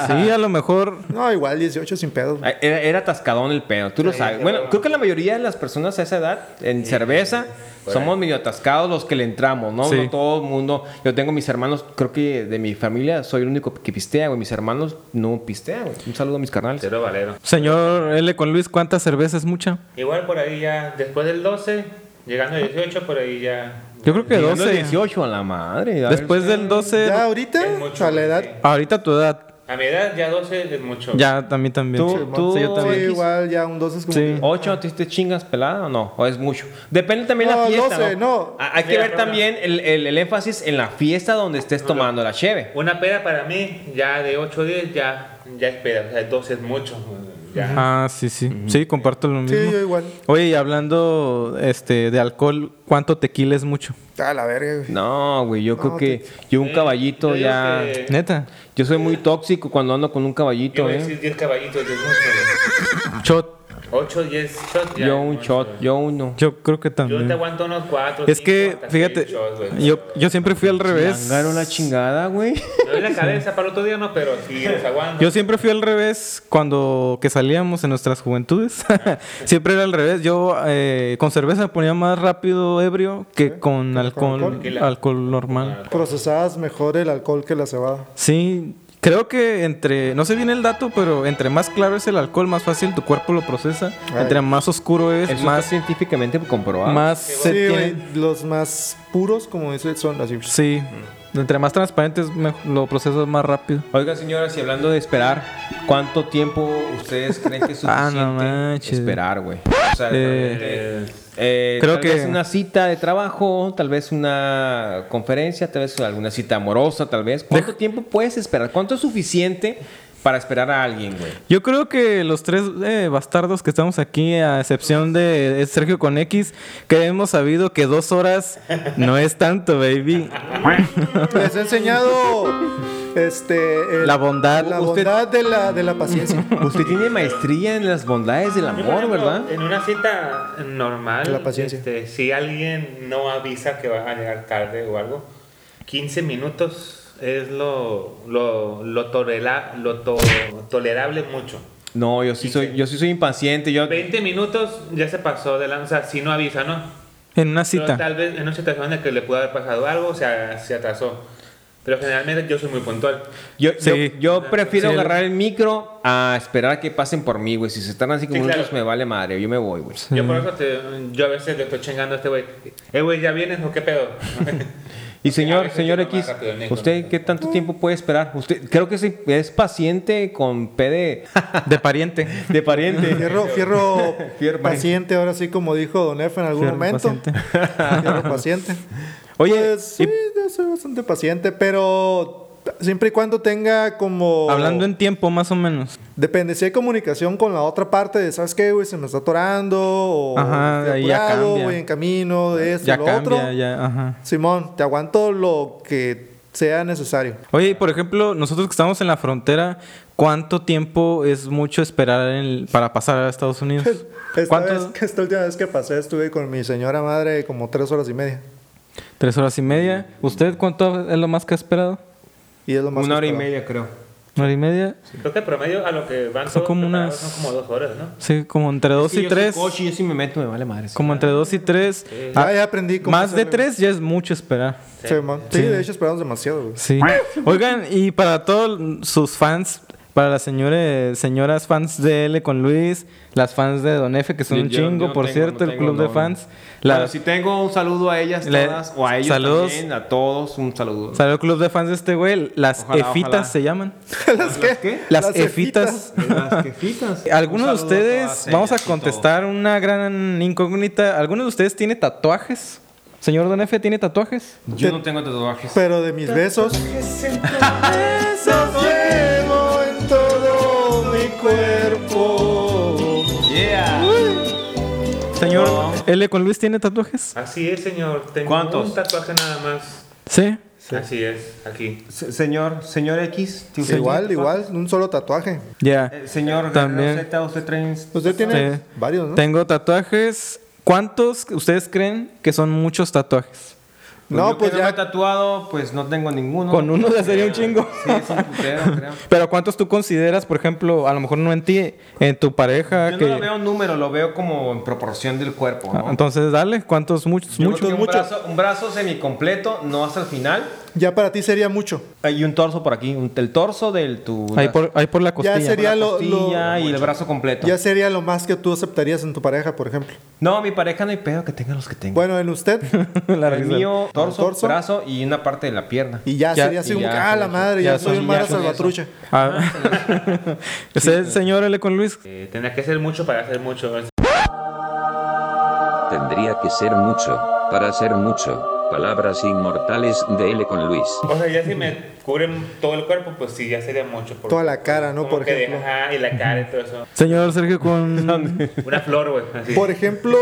Speaker 3: Sí, a lo mejor
Speaker 5: No, igual, 18 sin pedos. güey.
Speaker 2: Era, era atascadón el pedo, tú lo sabes. Bueno, creo que la mayoría de las personas a esa edad, en cerveza, somos medio atascados los que le entramos, ¿no?
Speaker 3: Sí.
Speaker 2: No todo el mundo. Yo tengo mis hermanos, creo que de mi familia soy el único que pistea, güey. Mis hermanos no pistean, güey. Un saludo a mis carnales.
Speaker 4: Cero valero.
Speaker 3: Señor L con Luis, ¿cuántas cervezas es mucha?
Speaker 4: Igual por ahí ya, después del 12, llegando a 18, por ahí ya.
Speaker 3: Yo creo que
Speaker 2: Llegando a
Speaker 3: 12.
Speaker 2: 18 a la madre. a ver,
Speaker 3: Después del 12,
Speaker 5: Ya ahorita,
Speaker 4: Es mucho,
Speaker 5: a la
Speaker 4: güey,
Speaker 5: edad,
Speaker 4: sí.
Speaker 3: ahorita tu edad,
Speaker 4: A mi edad ya 12 es mucho.
Speaker 3: Ya, a mí también.
Speaker 2: Tú-
Speaker 3: Sí,
Speaker 2: tú-
Speaker 3: yo
Speaker 5: Sí,
Speaker 3: también.
Speaker 5: igual ya un 12 es como.
Speaker 3: Sí.
Speaker 5: que-
Speaker 2: ¿Ocho a ti te chingas pelada o no? ¿O es mucho? Depende también de la
Speaker 5: No,
Speaker 2: fiesta.
Speaker 5: 12, no.
Speaker 2: Ah, Hay que
Speaker 4: Mira,
Speaker 2: ver
Speaker 4: Rona.
Speaker 2: también el, el- el énfasis en la fiesta donde estés tomando la cheve.
Speaker 4: Una peda para mí, ya de 8 a 10, ya, ya es peda. O sea, 12 es mucho. Ya.
Speaker 3: Ah, sí, sí. Sí, comparto lo mismo.
Speaker 5: Sí, yo igual.
Speaker 3: Oye, y hablando este, de alcohol, ¿cuánto tequila es mucho?
Speaker 5: A la verga, güey.
Speaker 2: No, güey, yo creo
Speaker 5: No,
Speaker 2: que yo un
Speaker 4: Eh,
Speaker 2: caballito
Speaker 4: yo digo
Speaker 2: ya...
Speaker 4: que-
Speaker 3: Neta.
Speaker 2: Yo soy muy tóxico cuando ando con un
Speaker 4: Yo
Speaker 2: caballito,
Speaker 4: voy a
Speaker 2: ¿eh?
Speaker 4: decir 10 caballitos de mucho.
Speaker 3: Shot,
Speaker 4: 8, 10 shots. ya
Speaker 2: Yo
Speaker 4: es
Speaker 2: un
Speaker 4: mucho.
Speaker 2: shot, yo uno.
Speaker 3: yo creo que
Speaker 4: Yo te
Speaker 3: también.
Speaker 4: aguanto unos 4.
Speaker 3: Es que, fíjate, yo, yo siempre fui al revés.
Speaker 2: Mangaron la chingada, güey.
Speaker 4: Me doy la cabeza para el otro día, no, pero sí los aguanto.
Speaker 3: Yo siempre fui al revés cuando que salíamos en nuestras juventudes. siempre era al revés. Yo eh, con cerveza me ponía más rápido ebrio que con alcohol,
Speaker 4: alcohol.
Speaker 3: alcohol normal.
Speaker 5: Procesadas mejor el alcohol que la cebada.
Speaker 3: Sí, creo que entre, no sé bien el dato, pero entre más claro es el alcohol, más fácil tu cuerpo lo procesa.
Speaker 5: Ay.
Speaker 3: Entre más oscuro es,
Speaker 2: Eso
Speaker 3: más,
Speaker 2: está científicamente comprobado.
Speaker 3: más
Speaker 5: Sí,
Speaker 3: se tiene.
Speaker 5: güey. Los más puros, como dice, son así.
Speaker 3: Sí, entre más transparente es, mej- lo procesas más rápido.
Speaker 2: Oiga, señoras, y hablando de esperar, ¿cuánto tiempo ustedes creen que es
Speaker 3: Ah,
Speaker 2: suficiente
Speaker 3: no manches.
Speaker 2: esperar, güey? O sea,
Speaker 3: Eh,
Speaker 2: realmente, eh,
Speaker 3: creo
Speaker 2: tal
Speaker 3: que-
Speaker 2: vez una cita de trabajo, tal vez una conferencia, tal vez alguna cita amorosa, tal vez. ¿Cuánto tiempo puedes esperar? ¿Cuánto es suficiente para esperar a alguien, güey?
Speaker 3: Yo creo que los tres eh, bastardos que estamos aquí, a excepción de Sergio con X, que hemos sabido que dos horas no es tanto, baby.
Speaker 5: Les he enseñado este, el-
Speaker 3: La bondad.
Speaker 5: la
Speaker 3: Usted-
Speaker 5: bondad de, la, de la paciencia.
Speaker 2: Usted tiene maestría en las bondades del
Speaker 4: Yo, por
Speaker 2: amor,
Speaker 4: ejemplo,
Speaker 2: ¿verdad?
Speaker 4: En una cita normal,
Speaker 5: La paciencia.
Speaker 4: este, si alguien no avisa que va a llegar tarde o algo, 15 minutos es lo, lo, lo, torela- lo to- tolerable mucho.
Speaker 2: No, yo sí soy, yo sí soy impaciente. Yo,
Speaker 4: 20 minutos ya se pasó de lanza, si no avisa, ¿no?
Speaker 3: En una
Speaker 4: Pero
Speaker 3: cita.
Speaker 4: tal vez en una situación en la que le pudo haber pasado algo, se, se atrasó. Pero generalmente yo soy muy puntual.
Speaker 2: Yo,
Speaker 3: Sí.
Speaker 2: yo, yo prefiero
Speaker 3: Sí.
Speaker 2: agarrar el micro a esperar a que pasen por mí, güey. Si se tardan cinco
Speaker 4: Sí,
Speaker 2: minutos,
Speaker 4: claro.
Speaker 2: me vale madre. Yo me voy, güey.
Speaker 4: Yo por eso te- yo a veces le estoy chingando a este güey. Eh, güey, ¿ya vienes o qué pedo?
Speaker 2: Y
Speaker 4: a
Speaker 2: señor,
Speaker 4: veces
Speaker 2: señor
Speaker 4: llega más
Speaker 2: X,
Speaker 4: rápido, Nico,
Speaker 2: ¿usted
Speaker 4: ¿no?
Speaker 2: qué tanto tiempo puede esperar? Usted creo que sí, es paciente con P de,
Speaker 3: De pariente.
Speaker 2: de pariente.
Speaker 5: Fierro, fierro
Speaker 2: Fierro
Speaker 5: paciente, ahora sí, como dijo Don Efe en algún
Speaker 3: Fierro
Speaker 5: momento.
Speaker 3: paciente.
Speaker 5: Fierro paciente.
Speaker 3: Oye,
Speaker 5: Pues, sí, yo soy bastante paciente, pero siempre y cuando tenga como.
Speaker 3: hablando en tiempo más o menos.
Speaker 5: Depende si hay comunicación con la otra parte de, ¿sabes qué, güey? Se me está atorando, o
Speaker 3: Ajá,
Speaker 5: estoy
Speaker 3: ahí ya
Speaker 5: apurado,
Speaker 3: cambia.
Speaker 5: voy en camino, de esto,
Speaker 3: Ya
Speaker 5: lo
Speaker 3: cambia,
Speaker 5: otro.
Speaker 3: ya, ajá.
Speaker 5: Simón, te aguanto lo que sea necesario.
Speaker 3: Oye, y por ejemplo, nosotros que estamos en la frontera, ¿cuánto tiempo es mucho esperar en- para pasar a Estados Unidos?
Speaker 5: Esta,
Speaker 3: ¿Cuánto?
Speaker 5: vez- esta última vez que pasé estuve con mi señora madre como tres horas y media.
Speaker 3: Tres horas y media. ¿Usted cuánto es lo más que ha esperado?
Speaker 5: Y es lo más
Speaker 2: Una
Speaker 5: que
Speaker 2: hora y
Speaker 5: esperaba.
Speaker 2: media, creo.
Speaker 3: ¿Una hora y media?
Speaker 4: Creo que el promedio a lo que van
Speaker 3: Son
Speaker 4: todos
Speaker 3: como
Speaker 4: preparados
Speaker 3: unas-
Speaker 4: son como dos horas, ¿no?
Speaker 3: Sí, como entre dos
Speaker 2: Sí,
Speaker 3: y
Speaker 2: yo soy
Speaker 3: tres.
Speaker 2: coche, yo sí me meto, me vale madre.
Speaker 3: Como entre dos y tres.
Speaker 5: Ya, ya aprendí cómo
Speaker 3: Más de
Speaker 5: hacerle.
Speaker 3: tres ya es mucho esperar.
Speaker 5: Simón. Sí, de hecho esperamos demasiado, güey.
Speaker 3: Sí. Oigan, y para todos sus fans, para las señores, señoras fans de L con Luis, las fans de Don F, que son
Speaker 2: Yo-
Speaker 3: un
Speaker 2: yo no
Speaker 3: chingo, por
Speaker 2: tengo,
Speaker 3: cierto,
Speaker 2: no
Speaker 3: el
Speaker 2: tengo,
Speaker 3: club de
Speaker 2: no,
Speaker 3: fans.
Speaker 2: no.
Speaker 3: La-
Speaker 2: Bueno, si tengo un saludo a ellas
Speaker 3: Le-
Speaker 2: todas, o a ellos
Speaker 3: saludos.
Speaker 2: también, a todos, un saludo.
Speaker 3: Salió el club de fans de este güey, las
Speaker 2: Ojalá,
Speaker 3: efitas
Speaker 2: ojalá.
Speaker 3: se llaman.
Speaker 5: ¿Las qué?
Speaker 3: Las,
Speaker 5: Las
Speaker 3: efitas.
Speaker 2: Las jefitas.
Speaker 3: Algunos de
Speaker 2: Un saludo
Speaker 3: ustedes,
Speaker 2: todas
Speaker 3: vamos a
Speaker 2: ellas y todos.
Speaker 3: contestar una gran incógnita. ¿Algunos de ustedes tiene tatuajes? Señor Don F, ¿tiene tatuajes?
Speaker 2: Yo no tengo tatuajes.
Speaker 5: Pero de mis besos. Besos llevo en todo mi cuerpo.
Speaker 2: Yeah.
Speaker 3: Señor
Speaker 2: No.
Speaker 3: L con Luis, ¿tiene tatuajes?
Speaker 4: Así es, señor. Tengo
Speaker 2: ¿Cuántos?
Speaker 4: un tatuaje nada más.
Speaker 3: Sí.
Speaker 4: Así es, aquí.
Speaker 2: Se- Señor, señor X, ¿usted tiene
Speaker 5: Igual,
Speaker 2: tatuajes?
Speaker 5: igual, un solo tatuaje.
Speaker 3: Ya.
Speaker 2: Eh, Señor
Speaker 3: También.
Speaker 2: Guerrero Z, usted trae un- pues,
Speaker 5: Usted tiene
Speaker 3: Sí.
Speaker 5: varios, ¿no?
Speaker 3: Tengo tatuajes. ¿Cuántos ustedes creen que son muchos tatuajes?
Speaker 5: no,
Speaker 2: yo
Speaker 5: pues
Speaker 2: que no me he
Speaker 5: ya.
Speaker 2: tatuado, pues no tengo ninguno.
Speaker 3: Con uno ya sería un chingo.
Speaker 2: Sí, es un putero, creo.
Speaker 3: Pero ¿cuántos tú consideras, por ejemplo, a lo mejor no en ti, en tu pareja?
Speaker 2: Yo
Speaker 3: que...
Speaker 2: no lo veo en número, lo veo como en proporción del cuerpo,
Speaker 3: Ah,
Speaker 2: ¿no?
Speaker 3: Entonces, dale, ¿cuántos? Muchos,
Speaker 2: Yo creo
Speaker 3: muchos,
Speaker 2: que un
Speaker 3: muchos.
Speaker 2: Brazo, un brazo semicompleto, no hasta el final.
Speaker 5: ya para ti sería mucho.
Speaker 2: Hay un torso por aquí, un- el torso del tu.
Speaker 3: Ahí por, ahí por la costilla.
Speaker 5: Ya sería lo, lo-
Speaker 2: costilla y el brazo completo.
Speaker 5: ya sería lo más que tú aceptarías en tu pareja, por ejemplo.
Speaker 2: No, mi pareja no hay pedo que tenga los que tenga.
Speaker 5: Bueno, en usted
Speaker 3: La
Speaker 2: el
Speaker 3: risa.
Speaker 2: mío, torso,
Speaker 5: Torso.
Speaker 2: brazo y una parte de la pierna.
Speaker 5: y ya,
Speaker 3: Ya-
Speaker 5: sería así
Speaker 2: y
Speaker 5: como
Speaker 2: ya
Speaker 5: que, ah,
Speaker 2: con
Speaker 5: la
Speaker 2: eso.
Speaker 5: madre,
Speaker 3: Ya
Speaker 5: ya, soy
Speaker 3: son-
Speaker 5: un
Speaker 3: ya
Speaker 5: mala
Speaker 2: con eso.
Speaker 5: salvatrucha.
Speaker 3: Ah. Usted, señor L. con Luis.
Speaker 4: Eh, tendría que ser mucho para hacer mucho.
Speaker 7: Tendría que ser mucho, para ser mucho. Palabras inmortales de L con Luis.
Speaker 4: O sea, ya si me cubren todo el cuerpo, pues sí, ya sería mucho. porque-
Speaker 5: Toda la cara, ¿no?
Speaker 4: como
Speaker 5: Por
Speaker 4: que
Speaker 5: ejemplo.
Speaker 4: deja- ajá, y la cara y todo eso.
Speaker 3: Señor Sergio con.
Speaker 4: Una flor, güey. así.
Speaker 5: Por ejemplo,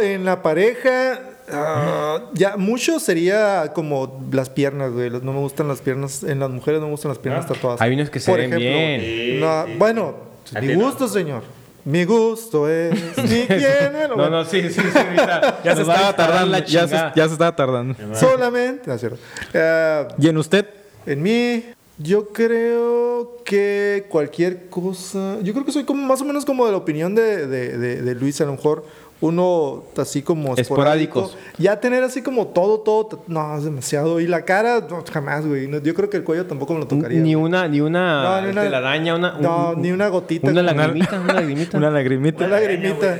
Speaker 5: en la pareja, ah, ya mucho sería como las piernas, güey. No me gustan las piernas, en las mujeres no me gustan las piernas tatuadas.
Speaker 2: Hay unos que se
Speaker 5: Por
Speaker 2: ven bien.
Speaker 4: Ah. Sí,
Speaker 5: no,
Speaker 4: sí.
Speaker 5: Bueno,
Speaker 4: A
Speaker 5: mi
Speaker 4: ti no.
Speaker 5: gusto, señor. Mi gusto es. Ni quién me lo-
Speaker 2: No, no, sí, sí, sí, ahorita.
Speaker 3: Ya se
Speaker 2: Nos va a
Speaker 3: estaba
Speaker 2: disparar
Speaker 3: tardando.
Speaker 2: la
Speaker 3: Ya se,
Speaker 2: chingada.
Speaker 3: ya se estaba tardando.
Speaker 5: Solamente. no, es cierto. Ah,
Speaker 3: ¿Y en usted?
Speaker 5: en mí, yo creo que cualquier cosa. Yo creo que soy como más o menos como de la opinión de, de- de- de Luis, a lo mejor. Uno así como esporádico.
Speaker 2: Esporádicos.
Speaker 5: Ya tener así como todo, todo. t- No, es demasiado. Y la cara, no, jamás, güey. No, Yo creo que el cuello tampoco me lo tocaría.
Speaker 2: Ni una, ni una,
Speaker 5: No, ni una-
Speaker 2: telaraña, una.
Speaker 5: no, ni una gotita.
Speaker 2: Una
Speaker 5: Una-
Speaker 2: lagrimita, una lagrimita.
Speaker 3: Una lagrimita.
Speaker 5: Una lagrimita.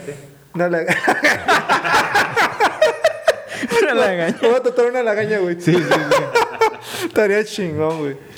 Speaker 5: Una lag-
Speaker 3: Una lagaña.
Speaker 5: Voy a tatuar una lagaña, güey.
Speaker 2: Sí, sí, sí.
Speaker 5: Estaría chingón, güey.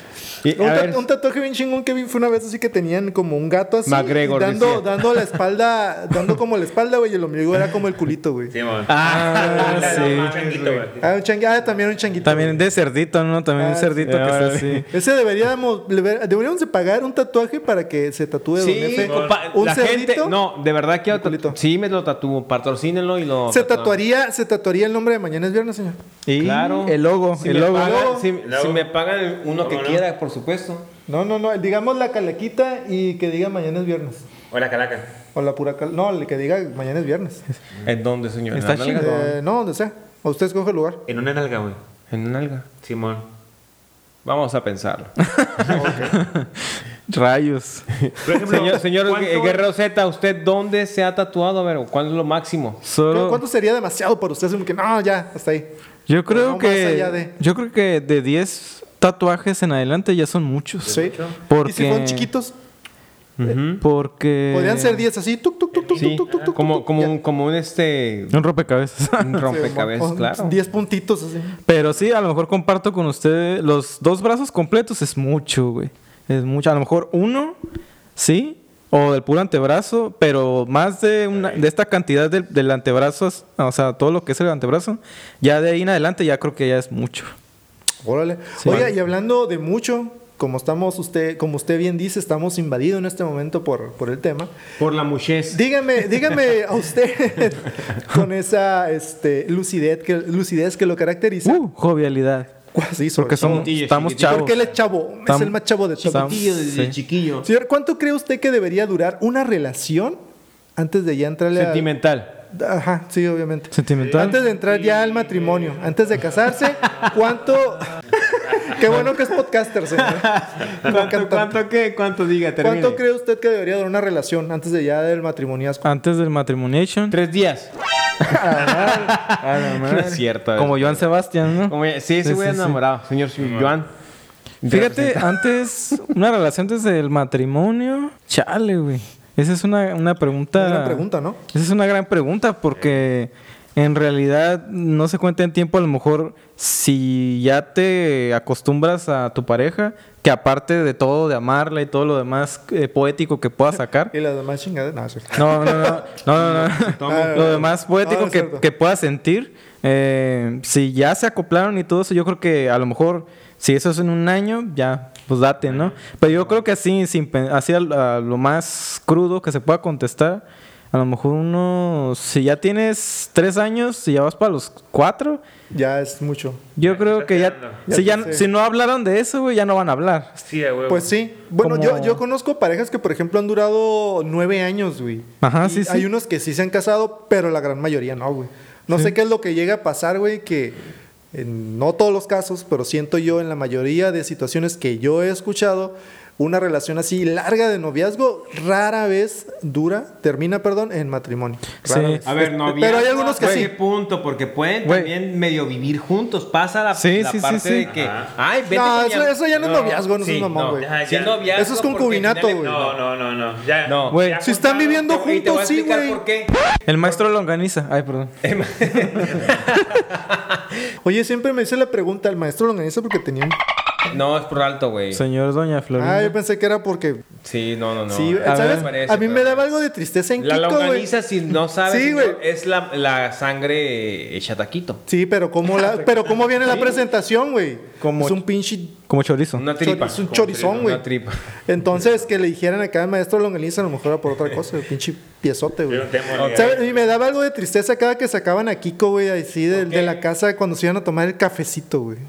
Speaker 2: Y,
Speaker 5: Un,
Speaker 2: a
Speaker 5: tat-
Speaker 2: ver,
Speaker 5: un tatuaje bien chingón que vi fue una vez así que tenían como un gato así.
Speaker 2: McGregor,
Speaker 5: y dando,
Speaker 2: decía.
Speaker 5: dando la espalda, dando como la espalda, güey. Y el ombligo era como el culito, güey.
Speaker 4: Sí, mon.
Speaker 3: Ah,
Speaker 4: La- la-
Speaker 3: sí.
Speaker 4: la- changuito, güey.
Speaker 5: Ah, un changu- ah, también un changuito.
Speaker 3: También de cerdito, ¿no? También
Speaker 5: Ah,
Speaker 3: un cerdito que está así.
Speaker 5: güey. Ese deberíamos, deber- deberíamos de pagar un tatuaje para que se tatúe Don
Speaker 2: sí,
Speaker 5: F.
Speaker 2: compa-
Speaker 5: un
Speaker 2: la gente.
Speaker 5: cerdito.
Speaker 2: No, de verdad que
Speaker 5: culito.
Speaker 2: sí me lo tatúo. Patrocínenlo y lo.
Speaker 5: Se
Speaker 2: tatuamos.
Speaker 5: tatuaría, se tatuaría el nombre de mañana es viernes, señor.
Speaker 3: Y
Speaker 2: Claro.
Speaker 3: el logo,
Speaker 2: Si
Speaker 3: el
Speaker 2: me
Speaker 3: logo.
Speaker 2: pagan- si,
Speaker 4: El logo.
Speaker 2: si me pagan uno que
Speaker 4: ¿Cómo no?
Speaker 2: quiera, por supuesto.
Speaker 5: No, no, no. Digamos la calequita y que diga mañana es viernes.
Speaker 4: Hola, Calaca.
Speaker 5: O la pura cal. No, el que diga mañana es viernes.
Speaker 2: ¿En dónde, señor?
Speaker 3: Está
Speaker 2: ¿En la nalga?
Speaker 3: chingón.
Speaker 5: Eh, no, donde sea. O usted escoge el lugar.
Speaker 4: En una nalga, güey.
Speaker 2: En una nalga.
Speaker 4: Simón.
Speaker 2: Vamos a pensarlo.
Speaker 3: Rayos.
Speaker 4: Por ejemplo,
Speaker 2: señor señor
Speaker 4: ¿cuánto-
Speaker 2: Guerrero Z, ¿usted dónde se ha tatuado? A ver, ¿cuál es lo máximo?
Speaker 5: ¿Cu-
Speaker 3: Solo.
Speaker 5: ¿Cuánto sería demasiado para usted? Así como que no, ya, hasta ahí.
Speaker 3: Yo creo
Speaker 5: No, más
Speaker 3: que.
Speaker 5: allá de-
Speaker 3: Yo creo que de 10 tatuajes en adelante ya son muchos.
Speaker 5: Sí.
Speaker 3: Porque-
Speaker 5: Y si fueron chiquitos,
Speaker 3: Porque.
Speaker 5: podrían ser 10 así, tuk, tuk, tuk, tuk,
Speaker 2: Sí,
Speaker 5: tuk, tuk, tuk,
Speaker 2: como,
Speaker 5: tuk,
Speaker 2: como,
Speaker 5: ya.
Speaker 2: un, como un este.
Speaker 3: Un rompecabezas.
Speaker 2: Un rompecabezas,
Speaker 5: O
Speaker 2: claro.
Speaker 5: 10 puntitos así.
Speaker 3: Pero sí, a lo mejor comparto con ustedes. Los dos brazos completos es mucho, güey. Es mucho. A lo mejor uno, sí. O del puro antebrazo, pero más de, una- de esta cantidad del, del antebrazo, es- o sea, todo lo que es el antebrazo, ya de ahí en adelante ya creo que ya es mucho.
Speaker 5: Órale.
Speaker 3: Sí.
Speaker 5: Oiga, y hablando de mucho, como estamos usted, como usted bien dice, estamos invadidos en este momento por, por el tema.
Speaker 2: Por la muchez.
Speaker 5: Dígame, dígame a usted con esa este, lucidez que lucidez que lo caracteriza.
Speaker 3: Uh, jovialidad.
Speaker 5: ¿Cuál se hizo?
Speaker 3: Porque somos,
Speaker 2: Chiquitillo,
Speaker 3: estamos
Speaker 2: chiquitillo.
Speaker 3: chavos.
Speaker 5: Porque él es chavo, es
Speaker 3: Tam-
Speaker 5: el más chavo de todos.
Speaker 3: Tam- sí.
Speaker 2: chiquillo.
Speaker 5: Señor, ¿cuánto cree usted que debería durar una relación antes de ya entrarle a...
Speaker 2: Sentimental.
Speaker 5: Ajá, sí, obviamente.
Speaker 3: Sentimental.
Speaker 5: Antes de entrar ya al matrimonio, antes de casarse, ¿cuánto? Qué bueno que es podcaster, señor.
Speaker 2: ¿Cuánto, cuánto qué? ¿Cuánto diga? Termine.
Speaker 5: ¿Cuánto cree usted que debería durar una relación antes de ya del matrimonio?
Speaker 3: Antes del matrimoniation.
Speaker 2: Tres días. No es cierto.
Speaker 3: Como Joan Sebastián, ¿no?
Speaker 2: Como- sí, ese
Speaker 3: Sí,
Speaker 2: güey
Speaker 3: sí, sí.
Speaker 2: enamorado. Señor Joan.
Speaker 3: Fíjate, antes, una relación desde el matrimonio. Chale, güey. Esa es una, una pregunta.
Speaker 5: Una gran pregunta, ¿no?
Speaker 3: Esa es una gran pregunta porque en realidad no se cuenta en tiempo. A lo mejor si ya te acostumbras a tu pareja, que aparte de todo, de amarla y todo lo demás eh, poético que puedas sacar.
Speaker 5: Y las demás chingadas. No, es cierto.
Speaker 3: No, no, no, no, no, no. Lo demás
Speaker 5: No,
Speaker 3: poético
Speaker 5: es
Speaker 3: que,
Speaker 5: Ah, cierto.
Speaker 3: que puedas sentir. eh, si ya se acoplaron y todo eso, yo creo que a lo mejor, si eso es en un año, ya, pues date, ¿no? Pero yo creo que así, sin, pen- así a, a lo más crudo que se pueda contestar, a lo mejor uno, si ya tienes tres años, si ya vas para los cuatro,
Speaker 5: Ya es mucho.
Speaker 3: yo creo que ya,
Speaker 4: quedando.
Speaker 5: Ya
Speaker 3: si,
Speaker 5: te
Speaker 3: ya
Speaker 5: sé.
Speaker 3: si no hablaron de eso, güey, ya no van a hablar.
Speaker 4: Sí, güey.
Speaker 5: Pues sí. Bueno,
Speaker 3: Como-
Speaker 5: yo, yo conozco parejas que, por ejemplo, han durado nueve años, güey.
Speaker 3: Ajá,
Speaker 5: Y
Speaker 3: sí, sí.
Speaker 5: Hay unos que sí se han casado, pero la gran mayoría no, güey. No sé qué es lo que llega a pasar, güey, que en no todos los casos, pero siento yo en la mayoría de situaciones que yo he escuchado, una relación así larga de noviazgo rara vez dura, termina, perdón, en matrimonio. Rara
Speaker 3: Sí.
Speaker 5: vez.
Speaker 2: A ver,
Speaker 5: Pe-
Speaker 2: no
Speaker 5: Pero hay algunos que sí.
Speaker 2: punto, porque pueden
Speaker 3: Güey.
Speaker 2: también medio vivir juntos. Pasa la,
Speaker 3: Sí,
Speaker 2: la
Speaker 3: sí, sí,
Speaker 2: parte
Speaker 3: sí.
Speaker 2: de que.
Speaker 4: Ajá.
Speaker 2: Ay, vete
Speaker 5: No,
Speaker 2: con
Speaker 5: eso-
Speaker 2: mi am-
Speaker 5: eso ya no es noviazgo, no es mamón, güey.
Speaker 4: Ajá,
Speaker 2: Sí es
Speaker 4: ya.
Speaker 2: noviazgo
Speaker 5: Eso es
Speaker 2: porque
Speaker 5: concubinato,
Speaker 2: finalmente-
Speaker 5: güey.
Speaker 4: No, no, no, no. Ya.
Speaker 2: No.
Speaker 3: Güey,
Speaker 4: Ya
Speaker 5: si están
Speaker 4: juntados,
Speaker 5: viviendo
Speaker 4: güey,
Speaker 2: Y te voy a
Speaker 5: juntos, sí,
Speaker 2: explicar
Speaker 5: güey.
Speaker 2: por qué.
Speaker 3: El maestro lo organiza. Ay, perdón.
Speaker 5: Oye, siempre me hice la pregunta al maestro Longaniza porque tenía un...
Speaker 2: No, es por alto, güey.
Speaker 3: Señor Doña Florinda.
Speaker 5: Ah, yo pensé que era porque...
Speaker 2: Sí, no, no, no.
Speaker 5: sí,
Speaker 2: Eso
Speaker 5: ¿sabes?
Speaker 2: me parece,
Speaker 5: a mí me
Speaker 2: pero-
Speaker 5: daba algo de tristeza en
Speaker 2: La
Speaker 5: Kiko, güey.
Speaker 2: longaniza, si no sabes,
Speaker 5: Sí,
Speaker 2: señor,
Speaker 5: güey.
Speaker 2: es la, la sangre hecha taquito.
Speaker 5: Sí, pero ¿cómo, la, pero cómo viene la presentación, güey?
Speaker 3: Como-
Speaker 5: Es un pinche...
Speaker 3: Como chorizo.
Speaker 2: Una tripa.
Speaker 5: es un chorizón, güey.
Speaker 2: Una tripa.
Speaker 5: Entonces, que le dijeran acá al maestro Longaniza, a lo mejor era por otra cosa, el pinche piezote, güey.
Speaker 4: Yo no tengo ni
Speaker 5: ¿Sabes? Y me daba algo de tristeza cada que sacaban a Kiko, güey, así de, de la casa cuando se iban a tomar el cafecito, güey.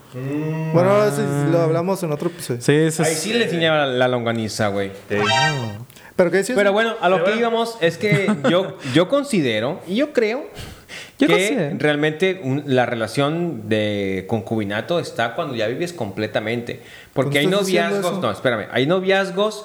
Speaker 5: Bueno, eso es- lo hablamos en otro episodio.
Speaker 3: Sí, eso
Speaker 2: Ahí
Speaker 3: es.
Speaker 2: sí le enseñaba la, la longaniza, güey.
Speaker 5: ¿Pero qué decías?
Speaker 2: Pero bueno, a lo
Speaker 4: Pero
Speaker 2: que
Speaker 4: bueno.
Speaker 2: íbamos es que yo, yo considero, y yo creo,
Speaker 3: Yo
Speaker 2: que
Speaker 3: considero.
Speaker 2: realmente un- la relación de concubinato está cuando ya vives completamente. Porque hay
Speaker 5: ¿Por qué estás diciendo
Speaker 2: noviazgos,
Speaker 5: eso?
Speaker 2: no, espérame, hay noviazgos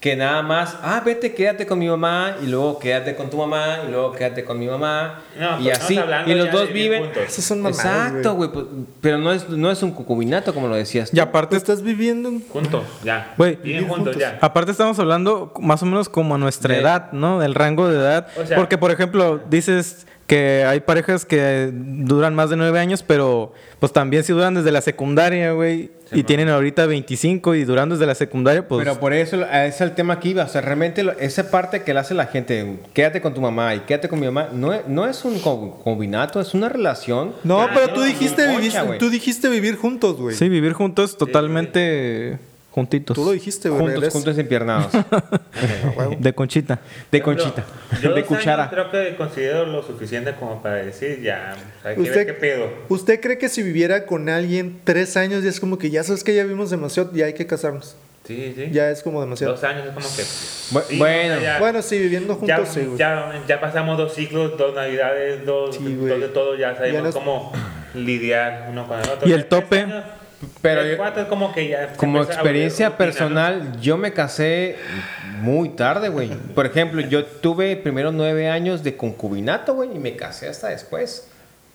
Speaker 2: que nada más, ah, vete, quédate con mi mamá, y luego quédate con tu mamá, y luego quédate con mi mamá,
Speaker 4: No,
Speaker 2: y
Speaker 4: pues
Speaker 2: así,
Speaker 4: estamos hablando
Speaker 2: y los
Speaker 4: ya
Speaker 2: dos
Speaker 4: de vivir
Speaker 2: viven.
Speaker 4: juntos.
Speaker 5: Esas son mamadas,
Speaker 2: Exacto, güey, pues, pero no es, no es un concubinato como lo decías. tú.
Speaker 3: Y
Speaker 5: Te
Speaker 3: aparte,
Speaker 5: estás viviendo un-
Speaker 4: Juntos, ya.
Speaker 3: Güey,
Speaker 4: Viven juntos, ya.
Speaker 2: Ah,
Speaker 3: aparte estamos hablando más o menos como a nuestra
Speaker 2: De-
Speaker 3: edad, ¿no? Del rango de edad.
Speaker 4: O sea-
Speaker 3: Porque, por ejemplo, dices que hay parejas que duran más de nueve años, pero pues también si duran desde la secundaria, güey. y tienen ahorita 25 y duran desde la secundaria, pues...
Speaker 2: Pero por eso eh, es el tema que iba. O sea, realmente lo- esa parte que le hace la gente, quédate con tu mamá y quédate con mi mamá, no es, no es un co- combinato, es una relación.
Speaker 5: No, pero tú
Speaker 2: no,
Speaker 5: dijiste,
Speaker 2: no,
Speaker 5: vivir,
Speaker 2: concha, güey.
Speaker 5: tú dijiste vivir juntos, güey.
Speaker 3: sí, vivir juntos totalmente juntitos.
Speaker 5: Tú lo dijiste, güey.
Speaker 2: Juntos,
Speaker 5: regresa.
Speaker 2: juntos empiernados.
Speaker 3: De conchita.
Speaker 2: De conchita.
Speaker 4: Yo
Speaker 2: de
Speaker 4: dos
Speaker 2: cuchara.
Speaker 4: años creo que considero lo suficiente como para decir ya. Hay que ver qué
Speaker 5: ¿Usted,
Speaker 4: pedo.
Speaker 5: ¿Usted cree que si viviera con alguien tres años ya es como que ya sabes que ya vimos demasiado, ya hay que casarnos?
Speaker 4: Sí, sí.
Speaker 5: Ya es como demasiado.
Speaker 4: Dos años es como que.
Speaker 2: Bu- bueno.
Speaker 4: o sea,
Speaker 5: Bueno, sí, viviendo
Speaker 4: ya,
Speaker 5: juntos, sí, güey.
Speaker 4: ya, ya pasamos dos ciclos, dos navidades, dos,
Speaker 5: Sí, güey.
Speaker 4: dos de todo, ya sabemos
Speaker 5: Ya nos-
Speaker 4: cómo lidiar uno con el otro.
Speaker 3: ¿Y el
Speaker 4: Ya tres
Speaker 3: tope?
Speaker 4: años,
Speaker 2: Pero
Speaker 4: tres,
Speaker 2: yo-
Speaker 4: cuatro es como que ya. se
Speaker 2: Como
Speaker 4: empieza a volver
Speaker 2: experiencia
Speaker 4: rutina, ¿no?
Speaker 2: personal, yo me casé muy tarde, güey. Por ejemplo, yo tuve primero nueve años de concubinato, güey, y me casé hasta después.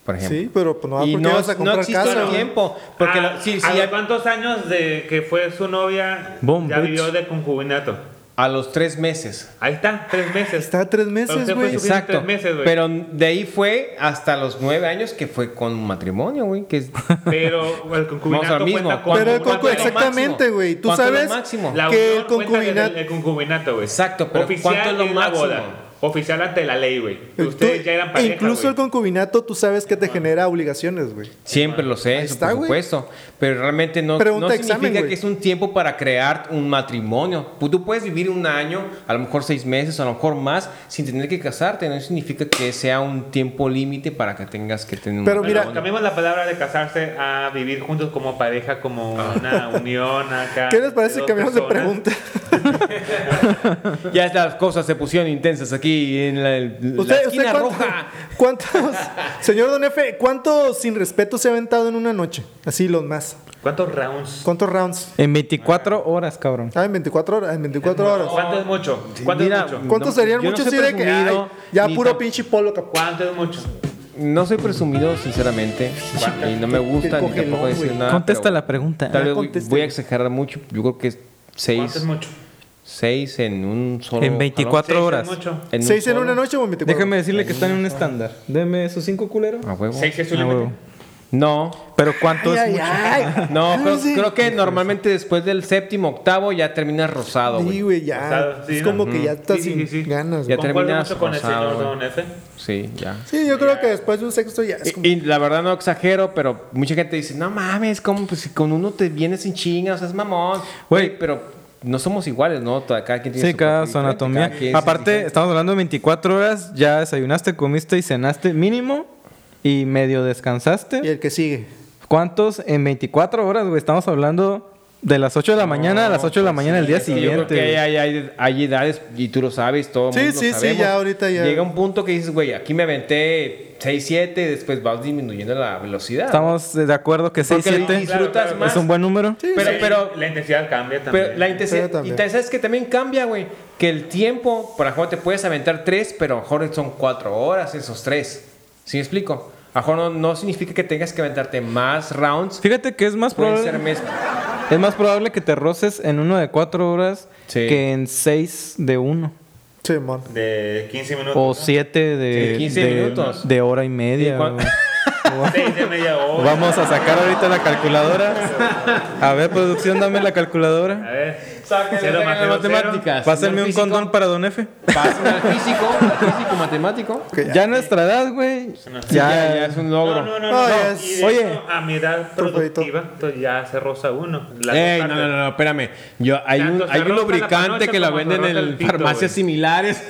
Speaker 2: Por ejemplo.
Speaker 5: Sí, pero pues no,
Speaker 2: y
Speaker 5: porque
Speaker 2: no,
Speaker 5: vas a
Speaker 2: no
Speaker 5: comprar
Speaker 2: existe
Speaker 5: casa,
Speaker 2: el
Speaker 5: güey.
Speaker 2: tiempo. Porque
Speaker 4: ¿A,
Speaker 2: lo- sí,
Speaker 4: Ah, a
Speaker 2: sí,
Speaker 4: los
Speaker 2: hay-
Speaker 4: cuántos años de que fue su novia
Speaker 3: Boom,
Speaker 4: ya
Speaker 3: bitch.
Speaker 4: vivió de concubinato?
Speaker 2: a los tres meses.
Speaker 4: Ahí está, tres meses.
Speaker 5: Está tres
Speaker 4: Pero
Speaker 5: meses,
Speaker 4: usted fue
Speaker 5: güey.
Speaker 4: su-
Speaker 2: Exacto.
Speaker 4: tres meses, güey.
Speaker 2: pero de ahí fue hasta los nueve años que fue con matrimonio, güey. Que es-
Speaker 4: Pero el
Speaker 2: Vamos a lo
Speaker 4: concubinato
Speaker 2: mismo.
Speaker 4: cuenta como
Speaker 2: ¿Cuánto-
Speaker 5: Pero el
Speaker 2: cuánto
Speaker 5: concu-
Speaker 2: es lo
Speaker 4: exacto.
Speaker 5: exactamente,
Speaker 2: máximo?
Speaker 5: güey. Tú
Speaker 2: ¿Cuánto es lo
Speaker 5: sabes
Speaker 2: máximo?
Speaker 4: La
Speaker 5: que
Speaker 4: unión
Speaker 5: el
Speaker 4: cuenta desde
Speaker 5: concubinato.
Speaker 4: El, el concubinato, güey.
Speaker 2: Exacto, pero
Speaker 4: Oficial
Speaker 2: ¿cuánto es lo
Speaker 4: la
Speaker 2: máximo?
Speaker 4: boda. Oficial ante la ley, güey. Ustedes
Speaker 5: tú-
Speaker 4: ya eran pareja,
Speaker 5: Incluso
Speaker 4: güey.
Speaker 5: el concubinato, tú sabes que te genera obligaciones, güey.
Speaker 2: Siempre lo sé, eso,
Speaker 5: está,
Speaker 2: por
Speaker 5: güey.
Speaker 2: supuesto. Pero realmente no,
Speaker 5: Pregunta
Speaker 2: no significa
Speaker 5: examen, güey.
Speaker 2: que es un tiempo para crear un matrimonio. Pues Tú puedes vivir un año, a lo mejor seis meses, a lo mejor más, sin tener que casarte. No significa que sea un tiempo límite para que tengas que tener un
Speaker 5: Pero
Speaker 4: Bueno,
Speaker 5: mira-
Speaker 4: cambiamos la palabra de casarse a vivir juntos como pareja, como
Speaker 2: Ah.
Speaker 4: una unión acá.
Speaker 5: ¿Qué les parece
Speaker 4: dos
Speaker 5: que cambiamos de
Speaker 4: personas.
Speaker 5: pregunta?
Speaker 2: Ya las cosas se pusieron intensas aquí en la, la
Speaker 5: ¿Usted, usted
Speaker 2: esquina
Speaker 5: cuánto-
Speaker 2: roja.
Speaker 5: cuántos, señor Don F, cuántos sin respeto se ha aventado en una noche? Así los más.
Speaker 4: ¿Cuántos rounds?
Speaker 5: ¿Cuántos rounds?
Speaker 3: En 24 horas, cabrón.
Speaker 5: Ah, en 24 horas, en 24 horas.
Speaker 4: ¿Cuánto es mucho? ¿Cuánto
Speaker 2: Mira,
Speaker 4: es mucho?
Speaker 5: ¿Cuántos
Speaker 2: No,
Speaker 5: serían
Speaker 2: yo no
Speaker 5: muchos
Speaker 2: soy
Speaker 5: sí de que
Speaker 2: presumido,
Speaker 5: ay, ya
Speaker 2: ni
Speaker 5: puro
Speaker 2: tam-
Speaker 5: pinche polo capaz?
Speaker 4: ¿Cuánto es mucho?
Speaker 2: No soy presumido, sinceramente. Y no me gusta ni
Speaker 5: cogelón,
Speaker 2: tampoco decir
Speaker 5: güey.
Speaker 2: nada.
Speaker 3: Contesta
Speaker 2: Ah, pero
Speaker 3: la pregunta.
Speaker 2: Tal
Speaker 5: Ya
Speaker 2: vez voy-
Speaker 5: contesta.
Speaker 2: voy a exagerar mucho. Yo creo que es
Speaker 4: ¿Cuánto es
Speaker 2: seis,
Speaker 4: mucho?
Speaker 2: seis en un solo.
Speaker 3: En 24
Speaker 4: Seis es
Speaker 3: horas.
Speaker 4: mucho.
Speaker 2: jalón. un
Speaker 5: ¿Seis en
Speaker 2: solo.
Speaker 5: una noche o en 24?
Speaker 3: Déjame decirle que están en un estándar. Deme esos cinco culeros.
Speaker 2: A huevo.
Speaker 4: ¿Seis es su
Speaker 3: Ah,
Speaker 4: límite?
Speaker 3: huevo.
Speaker 2: No,
Speaker 3: Pero ¿cuánto es
Speaker 5: Ay,
Speaker 3: mucho?
Speaker 5: ay, ay.
Speaker 2: no,
Speaker 5: Ah,
Speaker 2: creo,
Speaker 5: sí.
Speaker 2: creo que normalmente después del séptimo, octavo ya terminas rosado,
Speaker 5: Sí,
Speaker 2: güey.
Speaker 5: güey, ya.
Speaker 4: Rosado, sí,
Speaker 5: Ah, es
Speaker 4: ¿no?
Speaker 5: como que ya estás
Speaker 4: Sí, sí,
Speaker 5: sin
Speaker 4: sí, sí.
Speaker 5: ganas.
Speaker 2: Ya
Speaker 5: güey.
Speaker 4: ¿Concuerda
Speaker 2: terminas
Speaker 4: mucho con el
Speaker 2: rosado,
Speaker 4: señor
Speaker 2: güey.
Speaker 4: Don F?
Speaker 2: Sí, ya.
Speaker 5: Sí, yo creo que después de un sexto ya es como.
Speaker 2: Y, y la verdad no exagero, pero mucha gente dice, no mames, como pues, si con uno te vienes sin chingas, o sea, es mamón.
Speaker 3: Güey.
Speaker 2: Güey, pero no somos iguales, ¿no? Cada quien tiene
Speaker 3: Sí,
Speaker 2: su
Speaker 3: cada
Speaker 2: perfil
Speaker 3: su
Speaker 2: diferente,
Speaker 3: anatomía.
Speaker 2: cada quien es
Speaker 3: Aparte,
Speaker 2: diferente.
Speaker 3: estamos hablando de 24 horas. Ya desayunaste, comiste y cenaste mínimo. Y medio
Speaker 5: Y
Speaker 3: descansaste.
Speaker 5: el que sigue.
Speaker 3: ¿Cuántos en 24 horas, güey? Estamos hablando de las 8 de la mañana a las 8 de la mañana el día
Speaker 2: pues Sí, Yo creo que
Speaker 3: siguiente.
Speaker 2: hay, hay- hay edades, y tú lo sabes, todo
Speaker 5: Sí,
Speaker 2: mundo lo
Speaker 5: sí, sí,
Speaker 2: sabemos.
Speaker 5: ya ahorita ya.
Speaker 2: Llega un punto que dices, güey, aquí me aventé 6, 7, después vas disminuyendo la velocidad.
Speaker 3: Estamos de acuerdo que
Speaker 2: Porque lo
Speaker 3: 6-7
Speaker 2: disfrutas
Speaker 4: Claro, claro.
Speaker 2: más.
Speaker 3: es un buen número.
Speaker 2: Pero, pero,
Speaker 4: la intensidad cambia también.
Speaker 2: pero la
Speaker 5: Pero
Speaker 2: intensidad. Y
Speaker 5: también.
Speaker 2: te- sabes que también cambia, güey. Que el tiempo, para jugar te puedes aventar 3, pero a lo mejor son 4 horas esos 3. ¿Sí me explico? A lo mejor no, no significa que tengas que aventarte más rounds.
Speaker 3: Fíjate que es más
Speaker 2: Pueden ser
Speaker 3: probable
Speaker 2: mes.
Speaker 3: es más probable que te roces en uno de 4 horas
Speaker 2: Sí.
Speaker 3: que en 6 de 1
Speaker 5: Simón.
Speaker 4: de 15 minutos.
Speaker 3: o
Speaker 2: Oh,
Speaker 4: ¿no?
Speaker 3: 7 de
Speaker 2: Sí, 15
Speaker 3: de-
Speaker 2: minutos.
Speaker 3: de hora y media.
Speaker 2: ¿Y cuán- Oh.
Speaker 3: güey.
Speaker 4: Seis de media hora.
Speaker 3: Vamos a sacar ahorita la calculadora. A ver, producción, dame la
Speaker 4: A
Speaker 3: calculadora.
Speaker 4: ver.
Speaker 2: Sáquenle,
Speaker 4: Cero más
Speaker 2: sáquenle
Speaker 4: cero, cero.
Speaker 2: matemáticas.
Speaker 3: Pásenme un
Speaker 2: Físico.
Speaker 3: condón para Don F.
Speaker 2: Pásenme al físico, al físico matemático.
Speaker 3: Ya, a nuestra edad, güey.
Speaker 2: Ya, ya
Speaker 3: Ya,
Speaker 2: es un logro.
Speaker 4: No, no, no.
Speaker 5: No,
Speaker 4: no,
Speaker 5: ya es-
Speaker 4: Y de
Speaker 3: oye.
Speaker 4: hecho, a mi edad
Speaker 5: Trucuito.
Speaker 4: productiva, entonces ya se rosa uno. La
Speaker 2: Ey,
Speaker 4: otra
Speaker 2: no,
Speaker 4: parte.
Speaker 2: no, no, espérame. Yo, hay un,
Speaker 4: Tanto se
Speaker 2: hay un
Speaker 4: rota la
Speaker 2: lubricante
Speaker 4: panocha
Speaker 2: que la
Speaker 4: como se
Speaker 2: venden
Speaker 4: rota el
Speaker 2: en
Speaker 4: pito,
Speaker 2: farmacias
Speaker 4: güey.
Speaker 2: similares.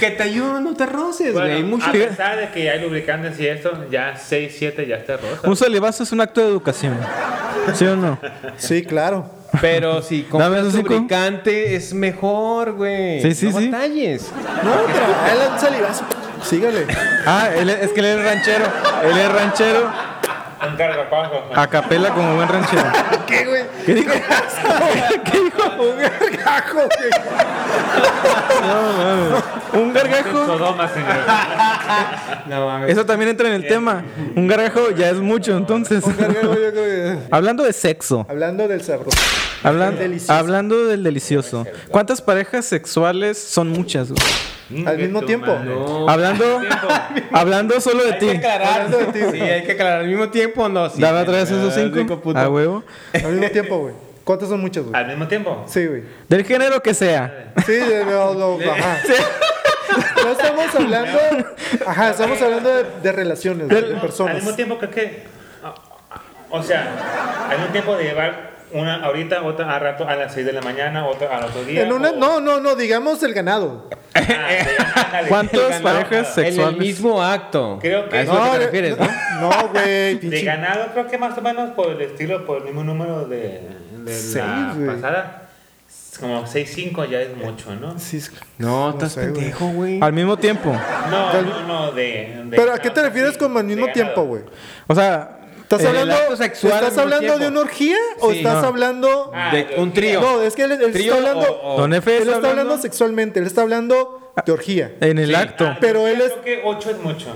Speaker 2: que te ayudan, no te roces, güey.
Speaker 4: Bueno,
Speaker 2: Hay mucho-
Speaker 4: a pesar de que hay lubricantes y esto, ya 6, 7 ya está rosa.
Speaker 3: Un salivazo es un acto de educación. ¿Sí o no?
Speaker 5: Sí, claro.
Speaker 2: Pero si compras
Speaker 3: esos cinco.
Speaker 2: lubricante es mejor, güey.
Speaker 3: Sí, sí,
Speaker 2: no
Speaker 3: sí.
Speaker 2: batalles.
Speaker 5: No, pero él es un salivazo. Sígale.
Speaker 3: Ah, él es es que él es ranchero. Él es ranchero
Speaker 4: Un cargapajo.
Speaker 3: a capela como buen ranchero.
Speaker 5: ¿Qué, güey?
Speaker 3: ¿Qué dijo? ¿Qué dijo?
Speaker 5: Un gargajo, güey.
Speaker 3: Un gargajo.
Speaker 4: Sodoma, señor.
Speaker 2: No mames.
Speaker 3: Eso también entra en el tema. Un gargajo ya es mucho, entonces.
Speaker 5: Un gargajo, yo creo que-
Speaker 3: Hablando de sexo.
Speaker 5: Hablando del sabroso.
Speaker 3: Hablan-
Speaker 5: El delicioso.
Speaker 3: hablando del delicioso. ¿Cuántas parejas sexuales son muchas? güey?
Speaker 5: Al
Speaker 4: Que
Speaker 5: mismo
Speaker 4: tu
Speaker 5: tiempo.
Speaker 4: madre.
Speaker 3: Hablando, hablando solo de
Speaker 2: Hay que
Speaker 3: ti.
Speaker 2: aclarar.
Speaker 5: Hablando de ti,
Speaker 2: Sí,
Speaker 5: güey.
Speaker 2: hay que aclarar. Al mismo tiempo, no. Sí,
Speaker 3: Dame otra vez esos
Speaker 2: Cinco
Speaker 3: cinco. Ah,
Speaker 2: puto.
Speaker 3: A huevo.
Speaker 5: Al mismo tiempo, güey. ¿Cuántas son muchas, güey?
Speaker 2: Ah.
Speaker 4: Al mismo tiempo.
Speaker 5: Sí, güey.
Speaker 3: Del género que sea.
Speaker 5: Sí, de no, no, ajá. No estamos hablando. Ajá, estamos hablando de, de relaciones, güey, de
Speaker 4: No, Al mismo
Speaker 5: personas.
Speaker 4: tiempo que que. O sea, al mismo tiempo de llevar una ahorita, otra a rato a las 6 de la mañana, otra al otro día.
Speaker 5: En una,
Speaker 4: o-
Speaker 5: no, no, no, digamos el ganado.
Speaker 4: Ah, sí, ándale.
Speaker 3: ¿Cuántas
Speaker 4: El ganado.
Speaker 3: parejas
Speaker 2: En el
Speaker 3: sexuales?
Speaker 2: mismo acto.
Speaker 4: Creo que-
Speaker 2: A eso es lo que te
Speaker 5: de-
Speaker 2: refieres, ¿no?
Speaker 5: No, güey.
Speaker 4: De
Speaker 5: pinche-
Speaker 4: ganado, creo que más o menos por el estilo, por el mismo número de, de la
Speaker 5: Seis, güey.
Speaker 4: pasada. Como 6-5 ya es mucho, ¿no?
Speaker 5: Sí, es-
Speaker 2: No, estás
Speaker 5: sé, güey.
Speaker 2: pendejo, güey.
Speaker 3: Al mismo tiempo.
Speaker 4: No, no, no, de. de
Speaker 5: Pero ¿a qué te
Speaker 4: ganado,
Speaker 5: refieres
Speaker 4: sí,
Speaker 5: con al
Speaker 4: de
Speaker 5: mismo
Speaker 4: ganado.
Speaker 5: tiempo, güey?
Speaker 3: O sea,
Speaker 5: ¿Estás
Speaker 2: El acto
Speaker 5: hablando,
Speaker 2: sexual al
Speaker 5: ¿estás
Speaker 2: mismo
Speaker 5: hablando de
Speaker 2: tiempo.
Speaker 5: una orgía o
Speaker 2: Sí,
Speaker 5: estás
Speaker 2: no.
Speaker 5: hablando
Speaker 4: Ah,
Speaker 2: De- un trío.
Speaker 5: No, es que él, él
Speaker 2: Trío
Speaker 5: está hablando.
Speaker 2: o-
Speaker 3: Don F
Speaker 5: él
Speaker 3: está
Speaker 5: está hablando
Speaker 3: hablando
Speaker 5: sexualmente, él está hablando de orgía.
Speaker 2: Eh.
Speaker 3: en el acto.
Speaker 4: Ah,
Speaker 5: Pero él es-
Speaker 4: Creo que 8 es mucho.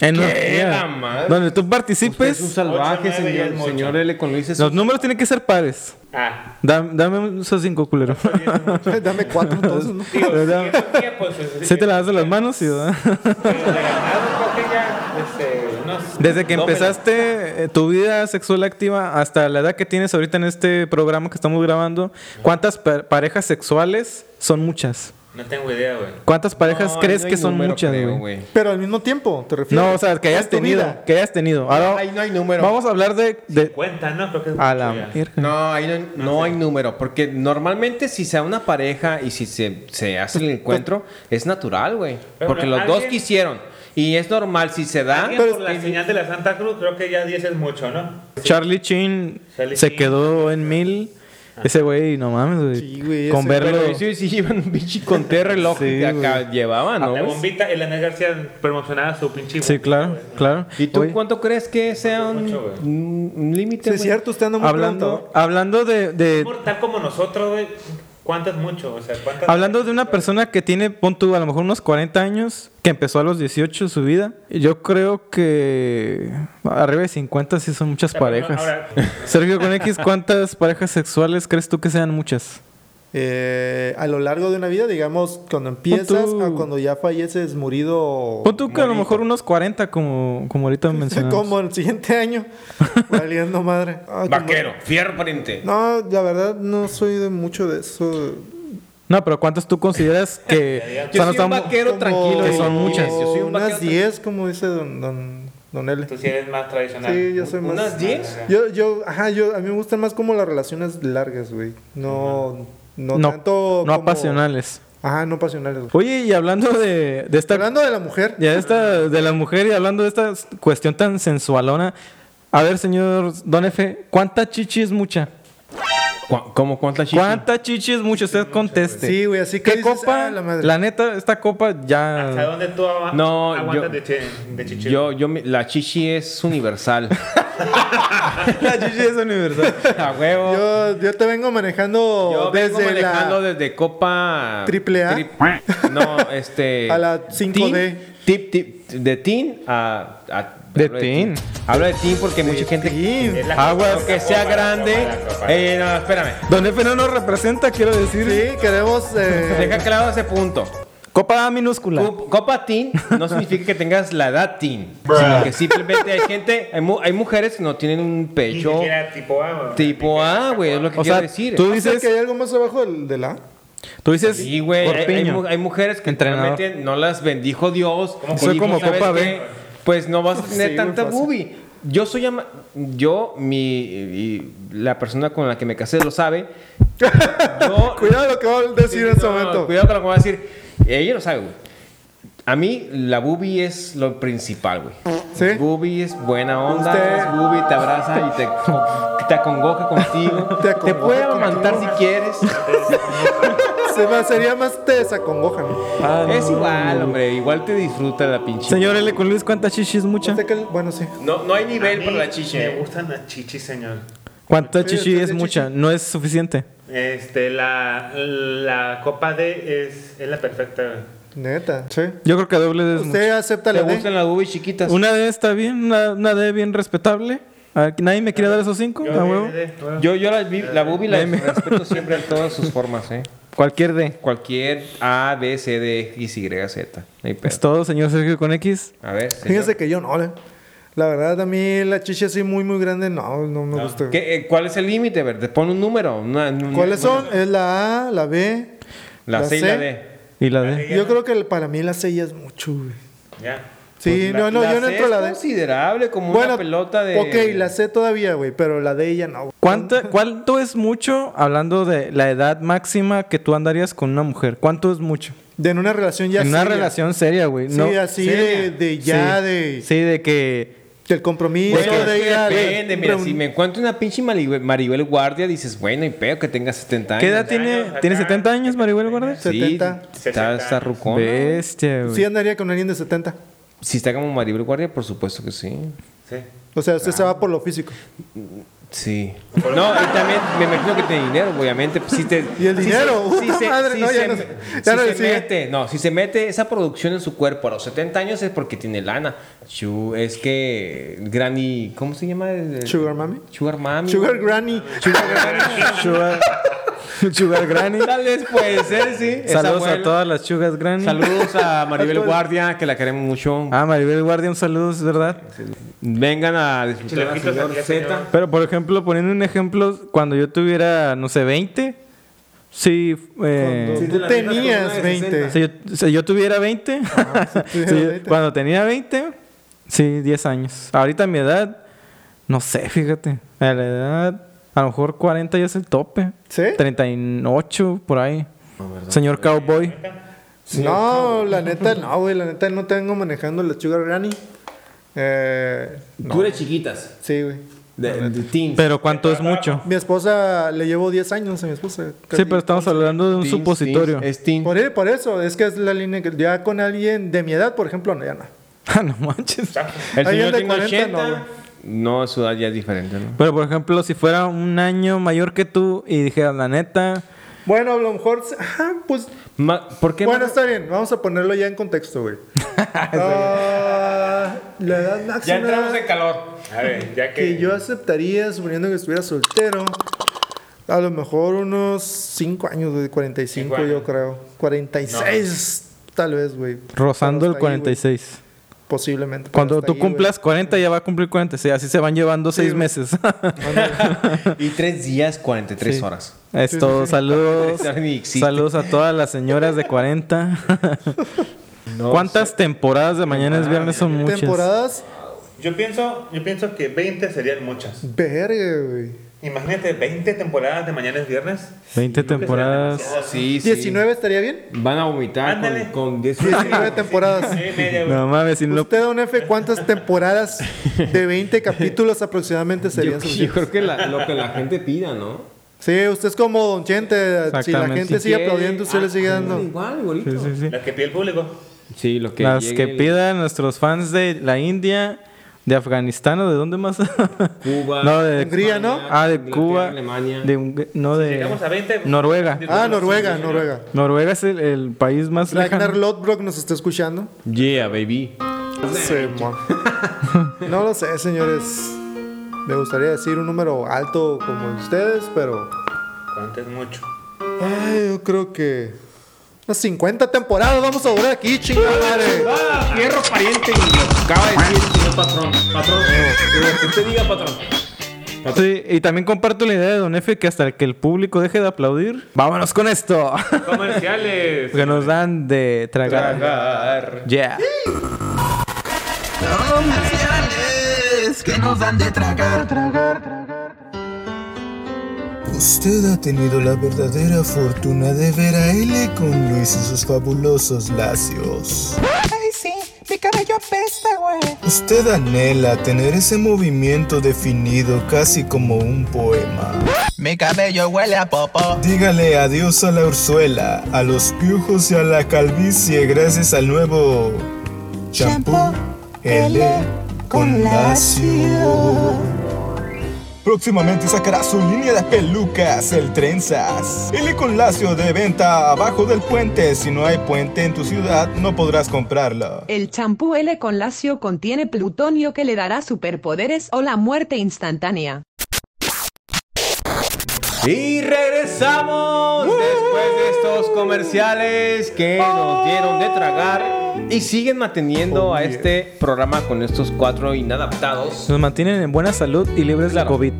Speaker 3: En la-
Speaker 2: ¿Qué? La madre.
Speaker 3: Donde tú
Speaker 2: es un
Speaker 3: participes,
Speaker 2: salvaje,
Speaker 4: ocho, nueve, ya es
Speaker 2: señor,
Speaker 4: mucho.
Speaker 2: señor L. con Luis. es
Speaker 3: los números tienen que ser pares.
Speaker 4: Ah.
Speaker 3: Dame, dame esos cinco, culero.
Speaker 5: Dame cuatro entonces, ¿no?
Speaker 4: Digo, si
Speaker 3: ¿Verdad?
Speaker 4: es un día, pues, es-
Speaker 3: Se te las de las manos, sí, ¿verdad?
Speaker 4: Pero de ganado creo que ya, este, unos-
Speaker 3: Desde que
Speaker 4: no,
Speaker 3: empezaste eh, tu vida sexual activa hasta la edad que tienes ahorita en este programa que estamos grabando, ¿cuántas pa- parejas sexuales son muchas?
Speaker 4: pero- No tengo idea, güey.
Speaker 3: ¿Cuántas parejas
Speaker 2: No,
Speaker 3: crees
Speaker 2: no hay
Speaker 3: que son
Speaker 2: número,
Speaker 3: muchas,
Speaker 2: creo,
Speaker 3: güey?
Speaker 5: Pero al mismo tiempo, te refieres.
Speaker 3: No, o sea, que hayas
Speaker 5: En tu
Speaker 3: tenido,
Speaker 5: vida.
Speaker 3: que hayas tenido. Ahora
Speaker 2: Ahí no hay número.
Speaker 3: vamos a hablar de, de-
Speaker 4: Cuenta, ¿no? Creo que es
Speaker 3: a
Speaker 4: mucho
Speaker 3: la
Speaker 4: ya.
Speaker 3: mierda.
Speaker 2: No, ahí no, no hay número, porque normalmente si sea una pareja y si se, se hace el encuentro, es natural, güey.
Speaker 4: Pero
Speaker 2: Porque los dos
Speaker 4: alguien-
Speaker 2: quisieron. Y es normal, si se da,
Speaker 4: Alguien
Speaker 5: Pero
Speaker 4: por
Speaker 5: es
Speaker 4: la señal de la Santa Cruz, creo que ya 10 es mucho, ¿no?
Speaker 3: Charlie Chin
Speaker 4: Charlie
Speaker 3: se
Speaker 4: Sheen.
Speaker 3: quedó en mil. Ese güey, no mames, güey.
Speaker 5: Sí, güey,
Speaker 3: Con
Speaker 5: ese
Speaker 3: verlo.
Speaker 2: pero sí, sí llevan un pinche con reloj
Speaker 3: Sí,
Speaker 2: que acá llevaban,
Speaker 4: La
Speaker 2: ¿no?
Speaker 4: bombita, el Anel García promocionaba su pinche.
Speaker 3: Sí,
Speaker 4: bombita,
Speaker 3: claro,
Speaker 4: güey.
Speaker 3: claro.
Speaker 2: ¿Y tú
Speaker 3: Oye,
Speaker 2: cuánto crees que sea un,
Speaker 4: Mucho, güey.
Speaker 2: un- un límite?
Speaker 5: Sí, es
Speaker 2: güey?
Speaker 5: cierto, usted anda muy
Speaker 3: hablando, hablando de- de,
Speaker 4: Mortal como nosotros, güey. ¿Cuántas mucho? O sea, ¿cuántas?
Speaker 3: Hablando de una persona que tiene, pon tú, a lo mejor unos 40 años, que empezó a los 18 su vida, yo creo que arriba de 50 sí son
Speaker 4: O
Speaker 3: muchas
Speaker 4: sea, pero
Speaker 3: parejas.
Speaker 4: ahora-
Speaker 3: Sergio con X, ¿cuántas parejas sexuales crees tú que sean muchas?
Speaker 5: Eh, a lo largo de una vida, digamos, cuando empiezas
Speaker 3: tú-
Speaker 5: a cuando ya falleces murido.
Speaker 3: Pon tú que a lo mejor unos 40, como, como ahorita mencionamos.
Speaker 5: Como el siguiente año. Valiendo madre. Ay,
Speaker 2: Vaquero, fierro pariente.
Speaker 5: No, la verdad no soy de mucho de eso.
Speaker 3: No, pero ¿cuántas tú consideras que...
Speaker 2: Yo
Speaker 3: o sea, no
Speaker 2: soy un
Speaker 3: estamos-
Speaker 2: vaquero tranquilo.
Speaker 3: que son
Speaker 2: güey.
Speaker 3: muchas.
Speaker 2: Yo soy un vaquero
Speaker 5: unas 10, como dice don, don, don L.
Speaker 4: Tú sí eres más tradicional.
Speaker 5: Sí, yo soy más.
Speaker 2: ¿Unas 10?
Speaker 5: Yo, yo, ajá, yo, a mí me gustan más como las relaciones largas, güey. No, no,
Speaker 3: no,
Speaker 5: tanto.
Speaker 3: no
Speaker 5: como-
Speaker 3: apasionales.
Speaker 5: Ajá, no pasionales. güey.
Speaker 3: Oye, y hablando de, de esta...
Speaker 5: Hablando de la mujer,
Speaker 3: Ya esta de la mujer y hablando de esta cuestión tan sensualona, A ver, señor Don F, ¿cuánta chichi es mucha?
Speaker 2: ¿Cu- ¿Cómo cuántas chichis?
Speaker 3: ¿Cuánta chichi es mucha? Usted conteste.
Speaker 5: Sí, güey, así que
Speaker 3: ¿Qué
Speaker 5: dices,
Speaker 3: copa?
Speaker 5: ah,
Speaker 3: la,
Speaker 5: la madre.
Speaker 3: neta, esta copa
Speaker 4: ¿Hasta
Speaker 3: ya.
Speaker 4: dónde tú agu-
Speaker 2: No,
Speaker 4: aguantas
Speaker 2: yo-
Speaker 4: de, chi- de chichiro?
Speaker 2: Yo, yo, me- la chichi es universal.
Speaker 3: La chichi es universal.
Speaker 2: A huevo.
Speaker 5: Yo, yo te vengo manejando
Speaker 2: Yo
Speaker 5: desde
Speaker 2: vengo manejando
Speaker 5: la...
Speaker 2: desde Copa
Speaker 5: ¿Triple A?
Speaker 2: tri- no, este
Speaker 5: A la 5D.
Speaker 2: Teen- tip, tip- de Teen a, a-
Speaker 3: De
Speaker 2: hablo
Speaker 3: teen.
Speaker 2: Hablo de Teen porque mucha gente
Speaker 4: Es la
Speaker 2: aguas
Speaker 4: copa,
Speaker 2: que
Speaker 4: la
Speaker 2: sea
Speaker 4: copa, la
Speaker 2: grande.
Speaker 4: copa, la copa.
Speaker 2: Eh, no, espérame.
Speaker 3: Don F no nos representa, quiero decir.
Speaker 5: Sí, queremos... eh,
Speaker 2: Deja claro ese punto.
Speaker 3: Copa A minúscula.
Speaker 2: Cu- Copa teen no significa que tengas la edad teen, sino que simplemente hay gente, hay, mu- hay mujeres que no tienen un
Speaker 4: Ni
Speaker 2: pecho
Speaker 4: siquiera tipo A. güey.
Speaker 2: tipo A, güey, es lo que
Speaker 3: o
Speaker 2: quiero
Speaker 3: sea,
Speaker 2: decir.
Speaker 5: ¿no
Speaker 3: tú
Speaker 5: sé
Speaker 3: dices,
Speaker 5: que hay algo más abajo del, del A?
Speaker 3: tú dices,
Speaker 2: Sí, güey. eh, Hay, hay
Speaker 3: corpiño.
Speaker 2: mu- hay mujeres que
Speaker 3: Entrenador.
Speaker 2: realmente no las bendijo Dios. y
Speaker 3: Soy
Speaker 2: dijo,
Speaker 3: como
Speaker 2: "¿Sabes
Speaker 3: Copa B".
Speaker 2: qué? Pues no vas a tener
Speaker 5: Sí,
Speaker 2: tanta
Speaker 5: me pasa.
Speaker 2: boobie. Yo soy ama- yo mi y la persona con la que me casé lo sabe. Yo-
Speaker 5: Cuidado lo que va a decir en este
Speaker 2: no,
Speaker 5: momento.
Speaker 2: Cuidado con lo que voy a decir. Ella lo sabe, güey. A mí la boobie es lo principal, güey.
Speaker 5: ¿Sí?
Speaker 2: Boobie es buena onda,
Speaker 5: Usted-
Speaker 2: es boobie, te abraza y te, te acongoja contigo.
Speaker 5: Te
Speaker 2: Te,
Speaker 5: acongoja
Speaker 2: puede amamantar si
Speaker 5: contigo.
Speaker 2: quieres.
Speaker 5: Se me sería más te desacongojan.
Speaker 3: Ah, no.
Speaker 2: Es igual, hombre. Igual te disfruta la pinche.
Speaker 3: Señor L con Luis, ¿cuánta chichi es mucha?
Speaker 5: Sé Este que el- Bueno, sí.
Speaker 2: No, no hay nivel
Speaker 4: A
Speaker 2: para
Speaker 4: mí
Speaker 2: la eh. chichi.
Speaker 4: Me gustan las chichis, señor.
Speaker 3: ¿Cuánta
Speaker 5: Sí,
Speaker 3: chichi
Speaker 5: sí,
Speaker 3: es
Speaker 5: sí,
Speaker 3: mucha? No es suficiente.
Speaker 4: Este, la, la copa D es, es la perfecta.
Speaker 5: Neta, sí.
Speaker 3: Yo creo que doble es
Speaker 5: Usted
Speaker 3: mucha.
Speaker 5: acepta
Speaker 2: ¿Te
Speaker 5: la D.
Speaker 2: gustan las boobies chiquitas?
Speaker 3: Una D está bien, una, una D bien respetable. A ver, ¿Nadie me quiere dar esos cinco?
Speaker 4: Yo
Speaker 5: Ah,
Speaker 3: ¿A huevo?
Speaker 4: D, D, huevo.
Speaker 2: Yo, yo la, vi- la boobie la
Speaker 3: Deme.
Speaker 2: respeto siempre en todas sus formas, ¿eh?
Speaker 3: Cualquier D.
Speaker 2: Cualquier A, B, C, D, X, Y, Z. No hay pedo.
Speaker 3: Es todo, señor Sergio con X.
Speaker 2: A ver. señor.
Speaker 5: Fíjense que yo no, la- La verdad, a mí la chicha así muy, muy grande no, no me gusta.
Speaker 2: ¿Qué, eh, ¿Cuál es el límite? Verde? Pon un número. una- un-
Speaker 5: ¿Cuáles
Speaker 2: una-
Speaker 5: son? Es la A, la B,
Speaker 2: La C y la D.
Speaker 3: Y la D.
Speaker 5: Yo creo que el- para mí la C ya es mucho, güey.
Speaker 4: Ya.
Speaker 5: Sí,
Speaker 2: Pues
Speaker 5: no, no,
Speaker 2: la
Speaker 5: yo no
Speaker 2: C
Speaker 5: entro a la
Speaker 2: es
Speaker 5: D.
Speaker 2: considerable como una pelota de...
Speaker 5: Ok, la C todavía, güey, pero la D ya no. güey.
Speaker 3: ¿Cuánta- ¿Cuánto es mucho, hablando de la edad máxima que tú andarías con una mujer? ¿Cuánto es mucho?
Speaker 5: De en una relación ya
Speaker 3: en una
Speaker 5: seria.
Speaker 3: relación seria, güey.
Speaker 5: Sí,
Speaker 3: no,
Speaker 5: así de, de ya,
Speaker 3: Sí.
Speaker 5: de,
Speaker 3: Sí, de que...
Speaker 5: del compromiso,
Speaker 2: Bueno,
Speaker 5: de
Speaker 2: es que
Speaker 5: ir a-
Speaker 2: depende, mira,
Speaker 5: reun-
Speaker 2: si me encuentro una pinche Maribel, Maribel Guardia, dices, bueno, y pedo que tenga 70 años.
Speaker 3: ¿Qué edad tiene?
Speaker 4: años,
Speaker 3: ¿Tiene
Speaker 4: acá.
Speaker 3: 70 años, Maribel Guardia?
Speaker 5: Sí. 70?
Speaker 2: Sí, está, está
Speaker 4: 60.
Speaker 2: rucón.
Speaker 3: Bestia, güey.
Speaker 5: Sí andaría con alguien de 70.
Speaker 2: Si está como Maribel Guardia, por supuesto que sí.
Speaker 4: Sí.
Speaker 5: O sea, usted se va por lo físico.
Speaker 2: Sí. No, y también me imagino que tiene dinero, obviamente. pues, Si te,
Speaker 5: Y el
Speaker 2: si
Speaker 5: dinero,
Speaker 2: se- si
Speaker 5: puta
Speaker 2: se-
Speaker 5: madre,
Speaker 2: si
Speaker 5: no, ya
Speaker 2: se-
Speaker 5: no-
Speaker 2: si
Speaker 5: ya no
Speaker 2: se
Speaker 5: decía.
Speaker 2: mete, no, si se mete esa producción en su cuerpo a los 70 años es porque tiene lana. Chu- es que Granny, ¿cómo se llama?
Speaker 5: Sugar Mami.
Speaker 2: Sugar Mami.
Speaker 5: Sugar Granny. Sugar Granny.
Speaker 3: Sugar, Sugar Granny.
Speaker 2: Tal vez puede ser, sí. Esa
Speaker 3: Saludos
Speaker 2: abuela.
Speaker 3: a todas las Sugar Granny.
Speaker 2: Saludos a Maribel
Speaker 5: A todas.
Speaker 2: Guardia, que la queremos mucho.
Speaker 3: Ah, Maribel Guardia, un saludo, es verdad.
Speaker 2: Vengan a disfrutar al
Speaker 4: Chilaquitos
Speaker 2: señor
Speaker 4: aquí,
Speaker 2: Z.
Speaker 4: señor.
Speaker 3: Pero, por ejemplo, poniendo un ejemplo, cuando yo tuviera, no sé, 20, sí. eh,
Speaker 5: Cuando tú tenías 20.
Speaker 3: si, yo, si yo tuviera 20, si
Speaker 5: tuviera
Speaker 3: yo-
Speaker 5: 20.
Speaker 3: cuando tenía 20, sí, 10 años. Ahorita mi edad, no sé, fíjate. A la edad, a lo mejor 40 ya es el tope.
Speaker 5: ¿Sí?
Speaker 3: 38, por ahí. Señor Cowboy.
Speaker 5: No, la neta, no, güey. La neta, no tengo manejando la Sugar Granny. Eh, no.
Speaker 2: Duras chiquitas.
Speaker 5: Sí, güey.
Speaker 2: De, de teens.
Speaker 3: Pero, ¿cuánto es mucho?
Speaker 5: Mi esposa le llevo 10 años a mi esposa.
Speaker 3: Sí, pero estamos hablando de un
Speaker 2: Teens,
Speaker 3: supositorio.
Speaker 2: teens, es teen.
Speaker 5: Por, e- por eso, es que es la línea que ya con alguien de mi edad, por ejemplo, no, ya no.
Speaker 3: Ah, no manches.
Speaker 2: El
Speaker 5: Ahí el
Speaker 2: señor
Speaker 5: de
Speaker 2: tiene
Speaker 5: 40,
Speaker 2: 80. No, su edad ya es diferente, ¿no?
Speaker 3: Pero, por ejemplo, si fuera un año mayor que tú y dijera, la neta,
Speaker 5: Bueno, a lo mejor, se- ajá, pues,
Speaker 2: Ma- ¿Por qué
Speaker 5: bueno,
Speaker 2: ma-
Speaker 5: está bien, vamos a ponerlo ya en contexto, güey. Ah, la edad máxima
Speaker 2: calor.
Speaker 4: A ver, ya que.
Speaker 5: que yo aceptaría, suponiendo que estuviera soltero, a lo mejor unos 5 años, güey, 45
Speaker 4: Cinco
Speaker 5: yo
Speaker 4: años.
Speaker 5: creo, 46 tal vez, güey.
Speaker 3: rozando
Speaker 5: Pero
Speaker 3: el
Speaker 5: hasta ahí, güey,
Speaker 3: 46.
Speaker 5: posiblemente. pero
Speaker 3: Cuando
Speaker 5: hasta
Speaker 3: tú
Speaker 5: ahí, güey.
Speaker 3: cumplas 40, ya va a cumplir 46. Así se van llevando seis
Speaker 5: güey.
Speaker 3: meses.
Speaker 2: Y tres días, 43 horas.
Speaker 3: es todo. Saludos.
Speaker 2: Esa ni existe.
Speaker 3: saludos a todas las señoras de 40. ¿Cuántas temporadas de mañana es viernes son muchas?
Speaker 5: Temporadas,
Speaker 4: Yo pienso, yo pienso que 20 serían muchas.
Speaker 5: verga, güey.
Speaker 4: Imagínate 20 temporadas de mañana es viernes.
Speaker 3: 20
Speaker 4: Creo que
Speaker 3: temporadas.
Speaker 4: será demasiado.
Speaker 2: Sí, sí.
Speaker 5: 19 estaría bien.
Speaker 2: Van a vomitar
Speaker 4: Ándale.
Speaker 2: con, con
Speaker 5: 19 temporadas.
Speaker 4: Sí, media, güey.
Speaker 3: No mames, si no
Speaker 5: Usted, don F, ¿cuántas temporadas de 20 capítulos aproximadamente
Speaker 2: Yo,
Speaker 5: serían
Speaker 2: yo
Speaker 5: suficientes?
Speaker 2: creo que la- lo que la gente pida, ¿no?
Speaker 5: Sí, usted es como Don Chente. Si la
Speaker 3: Exactamente.
Speaker 5: gente
Speaker 3: Si
Speaker 5: sigue
Speaker 2: Quiere-
Speaker 5: aplaudiendo, usted
Speaker 2: ah,
Speaker 5: le sigue dando.
Speaker 2: Igual, igualito.
Speaker 3: Sí,
Speaker 2: Sí,
Speaker 3: sí, sí.
Speaker 4: Las que pide el público.
Speaker 2: lo que
Speaker 3: Las
Speaker 2: llegue
Speaker 3: que
Speaker 2: el-
Speaker 3: pidan nuestros fans de la India, de Afganistán o de dónde más.
Speaker 2: Cuba,
Speaker 3: no, de
Speaker 5: Hungría, ¿no?
Speaker 3: Ah, de
Speaker 2: Inglaterra,
Speaker 3: Cuba.
Speaker 2: Alemania.
Speaker 3: de Hung- no, de.
Speaker 4: Llegamos a 20.
Speaker 2: pues,
Speaker 3: Noruega.
Speaker 5: Ah, Noruega, Noruega.
Speaker 3: Noruega es el, el país más
Speaker 5: Ragnar
Speaker 3: lejano.
Speaker 5: Lodbrok nos está escuchando.
Speaker 2: Yeah, baby.
Speaker 5: Sí, mon. no lo sé, señores. Me gustaría decir un número alto como el de ustedes, pero.
Speaker 4: ¿Cuánto es mucho?
Speaker 5: Ay, yo creo que. Unas 50 temporadas vamos a durar aquí, chingada madre.
Speaker 2: Fierro Ah, pariente y acaba de decir el señor patrón. Patrón, lo que usted diga, patrón.
Speaker 3: Sí, y también comparto la idea de Don Efe que hasta que el público deje de aplaudir, vámonos con esto.
Speaker 4: Comerciales.
Speaker 3: que nos dan de tragar. Yeah.
Speaker 8: comerciales que nos dan de tragar, tragar, tragar. Usted ha tenido la verdadera fortuna de ver a L con Luis y sus fabulosos lacios.
Speaker 9: Ay, sí, mi cabello apesta, güey.
Speaker 8: Usted anhela tener ese movimiento definido casi como un poema.
Speaker 9: Mi cabello huele a popo.
Speaker 8: Dígale adiós a la urzuela, a los piojos y a la calvicie gracias al nuevo champú L con lacio. Próximamente sacará su línea de pelucas, el trenzas. L con lacio de venta abajo del puente. Si no hay puente en tu ciudad, no podrás comprarlo.
Speaker 10: El champú L con lacio contiene plutonio que le dará superpoderes o la muerte instantánea.
Speaker 2: Y regresamos después de estos comerciales que nos dieron de tragar y siguen manteniendo a este programa con estos cuatro inadaptados
Speaker 3: Nos mantienen en buena salud y libres
Speaker 2: Claro.
Speaker 3: de COVID.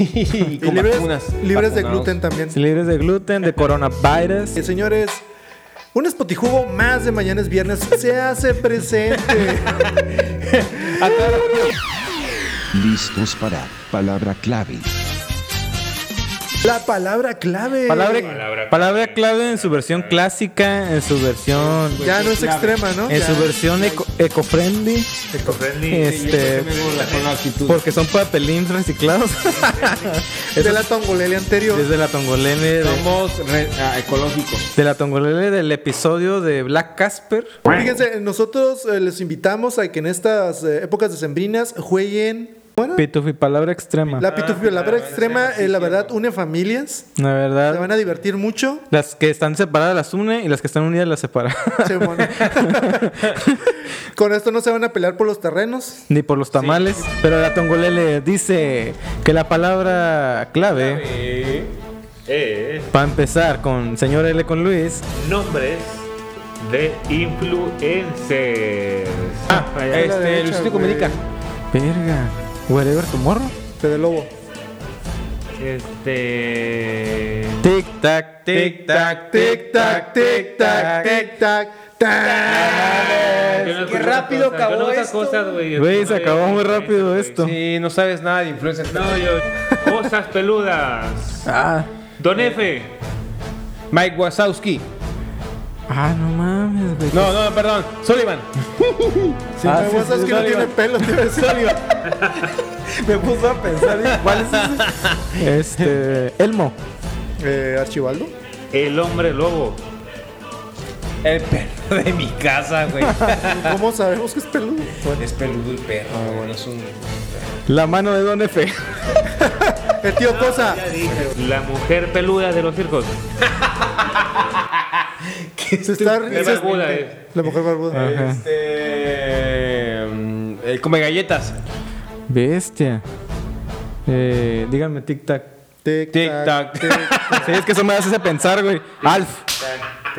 Speaker 2: y
Speaker 5: Y
Speaker 2: con
Speaker 5: libres,
Speaker 2: vacunas,
Speaker 5: libres de
Speaker 2: vacunados.
Speaker 5: gluten también.
Speaker 3: Libres de gluten, de coronavirus.
Speaker 5: Eh, señores, un espotijugo más de mañana es viernes se hace presente.
Speaker 1: Listos para palabra clave.
Speaker 5: La palabra clave.
Speaker 3: Palabra, palabra clave en su versión clásica, en su versión.
Speaker 5: Pues ya no es extrema, ¿no?
Speaker 3: En
Speaker 5: Ya.
Speaker 3: su versión eco- eco-friendly.
Speaker 4: Ecofriendly.
Speaker 3: este.
Speaker 2: Con la actitud.
Speaker 3: Porque son papelín reciclados.
Speaker 5: de
Speaker 3: Eso
Speaker 5: la tongolele anterior.
Speaker 3: es de la tongolele. De,
Speaker 2: Somos re- ah, ecológicos.
Speaker 3: de la tongolele del episodio de Black Casper.
Speaker 5: Fíjense, nosotros eh, les invitamos a que en estas eh, épocas decembrinas jueguen bueno,
Speaker 3: Pitufi, palabra extrema. La,
Speaker 5: la pitufio, la verdad extrema, eh, la verdad une familias, se
Speaker 3: verdad.
Speaker 5: van a divertir mucho.
Speaker 3: Las que están separadas las une y las que están unidas las separa.
Speaker 5: Sí, bueno. Con esto no se van a pelear por los terrenos.
Speaker 3: Ni por los tamales. Pero la tongolele dice que la palabra clave,
Speaker 4: Eh, eh,
Speaker 3: para empezar con señor L con Luis,
Speaker 4: nombres de influencers.
Speaker 2: Ah,
Speaker 5: la
Speaker 2: este,
Speaker 5: derecha,
Speaker 2: Luisito
Speaker 5: güey.
Speaker 2: Comunica.
Speaker 3: verga, wherever tomorrow.
Speaker 5: Fede Lobo.
Speaker 4: Este.
Speaker 3: Tic tac, tic tac, tic tac, tic tac, tic
Speaker 5: tic tac. tan.
Speaker 4: Yo
Speaker 3: Ah,
Speaker 4: no
Speaker 2: qué
Speaker 4: conozco
Speaker 2: rápido
Speaker 4: cosas, yo
Speaker 2: acabó
Speaker 4: no conozco
Speaker 2: esto.
Speaker 4: cosas, güey.
Speaker 3: Güey, se
Speaker 4: No,
Speaker 3: acabó
Speaker 4: yo-
Speaker 3: muy rápido esto.
Speaker 2: Sí, no sabes nada de influencer.
Speaker 4: No, yo. Cosas peludas.
Speaker 3: Ah,
Speaker 4: Don F.
Speaker 2: Mike Wazowski.
Speaker 3: ah, no mames, güey.
Speaker 2: No, no, perdón. Sullivan.
Speaker 5: Si
Speaker 3: Ah,
Speaker 5: me
Speaker 3: sí,
Speaker 5: guasas
Speaker 3: sí,
Speaker 5: que no
Speaker 3: Sullivan.
Speaker 5: tiene pelo, tío, es Sullivan.
Speaker 3: me puso a pensar cuál es ese? Este, Elmo.
Speaker 5: Eh, Archibaldo.
Speaker 4: El hombre lobo.
Speaker 2: El perro de mi casa, güey.
Speaker 5: ¿Cómo sabemos que es peludo? Bueno,
Speaker 2: es peludo el perro,
Speaker 5: Ah.
Speaker 2: güey. Es un.
Speaker 3: La mano de Don F.
Speaker 5: el eh, tío Cosa.
Speaker 4: La mujer peluda de los circos.
Speaker 5: Se está
Speaker 4: De
Speaker 5: se-
Speaker 4: barbuda, eh.
Speaker 5: La mujer barbuda.
Speaker 3: Ajá.
Speaker 2: Este. mm, El come galletas.
Speaker 3: Bestia. Eh, díganme tic tac.
Speaker 5: Tic,
Speaker 2: Tic,
Speaker 5: tac.
Speaker 2: tac.
Speaker 3: Sí, es que eso me hace pensar, güey. Alf,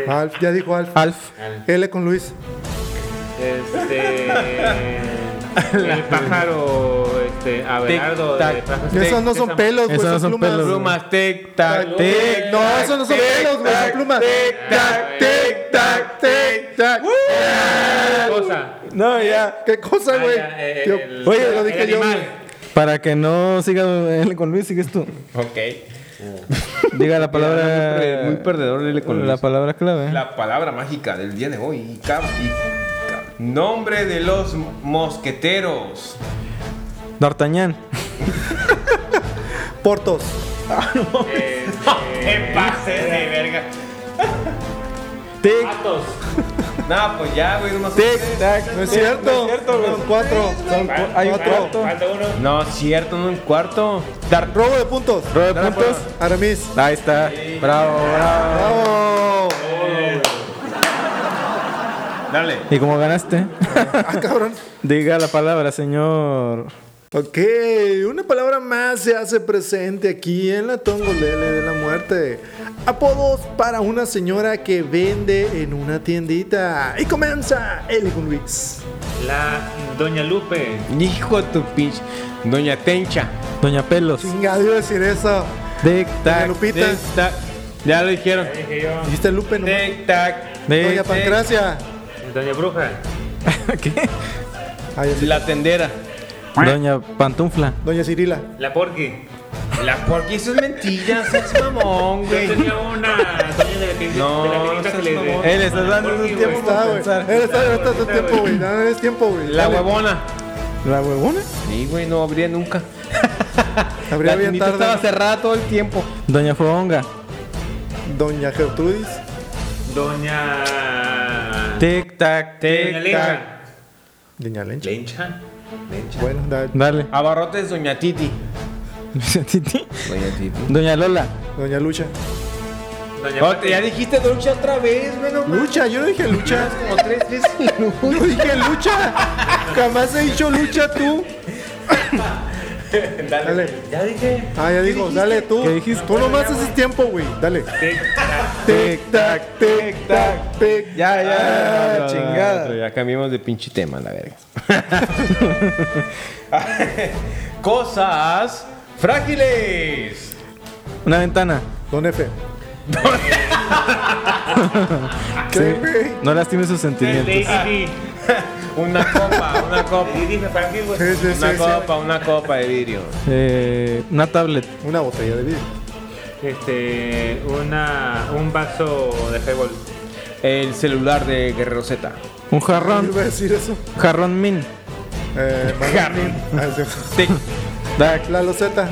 Speaker 5: Alf, ya dijo Alf.
Speaker 3: Alf.
Speaker 5: L con Luis.
Speaker 4: Este. el pájaro. Este. Abelardo.
Speaker 2: Tic-tac.
Speaker 4: de Plaza
Speaker 5: Esos no son
Speaker 4: Sésamo.
Speaker 5: pelos, güey,
Speaker 3: Esos no
Speaker 5: son
Speaker 3: son
Speaker 5: plumas.
Speaker 3: pelos, güey.
Speaker 2: Plumas, tic, tac, tic.
Speaker 5: Tic, no,
Speaker 2: tac,
Speaker 5: esos no son
Speaker 2: tic,
Speaker 5: pelos, güey, son
Speaker 2: tac,
Speaker 5: plumas.
Speaker 2: Tic, tac, tic, tac, tic, tac.
Speaker 4: Cosa.
Speaker 3: No, ya.
Speaker 5: ¿Qué cosa,
Speaker 4: Ah,
Speaker 5: güey?
Speaker 4: ya, eh,
Speaker 5: Yo-
Speaker 4: el-
Speaker 5: Oye,
Speaker 4: el
Speaker 5: lo dije yo.
Speaker 4: animal.
Speaker 5: güey.
Speaker 3: Para que no siga L con Luis, sigues tú.
Speaker 2: Ok.
Speaker 3: Diga la palabra.
Speaker 2: Muy per- muy perdedor L con
Speaker 3: La
Speaker 2: Luis.
Speaker 3: palabra clave.
Speaker 2: La palabra mágica del día de hoy. y cab- y cab- Nombre de los mosqueteros.
Speaker 3: D'Artagnan.
Speaker 5: Portos.
Speaker 4: ¡Qué pases de verga!
Speaker 3: Tic,
Speaker 4: ¡Patos!
Speaker 2: Nah, pues ya, güey, nomás-
Speaker 3: tic, tac.
Speaker 5: No es cierto. Son cuatro. Son cu- hay otro.
Speaker 4: Falta uno.
Speaker 2: No, es cierto, no un cuarto. Dar-
Speaker 5: Robo de puntos.
Speaker 3: Robo de puntos.
Speaker 5: Aramis.
Speaker 3: Ahí está. Bravo, bravo.
Speaker 5: Bravo.
Speaker 2: Dale.
Speaker 3: ¿Y cómo ganaste?
Speaker 5: Ah, cabrón.
Speaker 3: Diga la palabra, señor.
Speaker 5: Ok, una palabra más se hace presente aquí en la Tongolele de la Muerte. Apodos para una señora que vende en una tiendita. Y comienza el con Luis.
Speaker 4: La Doña Lupe.
Speaker 2: Hijo de tu pinche. Doña Tencha.
Speaker 3: Doña Pelos.
Speaker 5: Chingado iba a decir eso.
Speaker 3: Tic,
Speaker 5: Doña
Speaker 3: tac.
Speaker 5: Lupita.
Speaker 2: Tic, tac. Ya lo dijeron.
Speaker 4: Dije yo.
Speaker 5: Dijiste Lupe, ¿no?
Speaker 2: Tic, tac.
Speaker 5: Doña
Speaker 2: Tic, tac.
Speaker 5: Pancracia.
Speaker 4: Doña Bruja.
Speaker 3: ¿Qué?
Speaker 5: Ay, así.
Speaker 2: La tendera.
Speaker 3: Doña Pantufla.
Speaker 5: Doña Cirila.
Speaker 4: La Porky.
Speaker 2: La porque eso es mentira, seas mamón,
Speaker 4: Yo
Speaker 2: güey.
Speaker 4: tenía una doña de la que,
Speaker 2: No,
Speaker 4: de la clínica
Speaker 2: seas
Speaker 4: que le-
Speaker 2: mamón.
Speaker 3: Él está dando un
Speaker 4: Porky,
Speaker 3: tiempo
Speaker 4: güey.
Speaker 5: Está, güey.
Speaker 3: pensar.
Speaker 5: Él está, ahorita es tu
Speaker 4: Está,
Speaker 5: tiempo, güey. No, es tiempo, güey.
Speaker 2: La
Speaker 5: Dale.
Speaker 2: huevona.
Speaker 3: ¿La huevona?
Speaker 2: Sí, güey, no abría nunca.
Speaker 5: Abría
Speaker 2: la
Speaker 5: bien
Speaker 2: tiendita
Speaker 5: tarde.
Speaker 2: estaba cerrada todo el tiempo.
Speaker 3: Doña Fonga.
Speaker 5: Doña Gertrudis.
Speaker 4: Doña.
Speaker 3: Tic,
Speaker 4: Doña
Speaker 3: tac, tic, tac.
Speaker 4: Lencha.
Speaker 5: Doña Lencha.
Speaker 4: ¿Lencha? Lencha.
Speaker 5: Bueno, da-
Speaker 3: Dale.
Speaker 2: Abarrotes Doña Titi. Doña Titi.
Speaker 3: Doña Lola.
Speaker 5: Doña Lucha.
Speaker 4: Doña Pati.
Speaker 2: ya dijiste Lucha otra vez, güey, no mames.
Speaker 5: Lucha, yo no dije lucha.
Speaker 2: Como tres veces.
Speaker 5: Yo dije lucha. Jamás he dicho lucha tú.
Speaker 4: Dale.
Speaker 5: Dale.
Speaker 4: Ya dije.
Speaker 5: Ah, ya dijo, dale tú.
Speaker 3: ¿Qué dijiste?
Speaker 5: Tú nomás haces tiempo, güey. Dale. Tic tac, tic tac, tic.
Speaker 3: Ya, ya,
Speaker 5: Ah,
Speaker 3: chingada.
Speaker 2: Ya cambiamos de pinche tema, la verga. Cosas frágiles.
Speaker 3: Una ventana.
Speaker 5: Don F. ¿Qué, güey?
Speaker 3: No lastime sus
Speaker 4: Lady
Speaker 3: sentimientos.
Speaker 4: Di.
Speaker 2: Ah. Una copa, una copa.
Speaker 4: Lady Di me fácil, güey.
Speaker 5: Sí, sí,
Speaker 2: Una
Speaker 5: sí, sí.
Speaker 2: copa, una copa de vidrio.
Speaker 3: Eh, una tablet.
Speaker 5: Una botella de vidrio.
Speaker 4: Este. Una. Un vaso de highball.
Speaker 2: El celular de Guerrero Z.
Speaker 3: Un
Speaker 5: Yo
Speaker 3: jarrón.
Speaker 5: iba a decir eso.
Speaker 3: Jarrón min.
Speaker 5: Eh, Manuel. Ah, sí.
Speaker 3: Tic, tac.
Speaker 5: La loseta.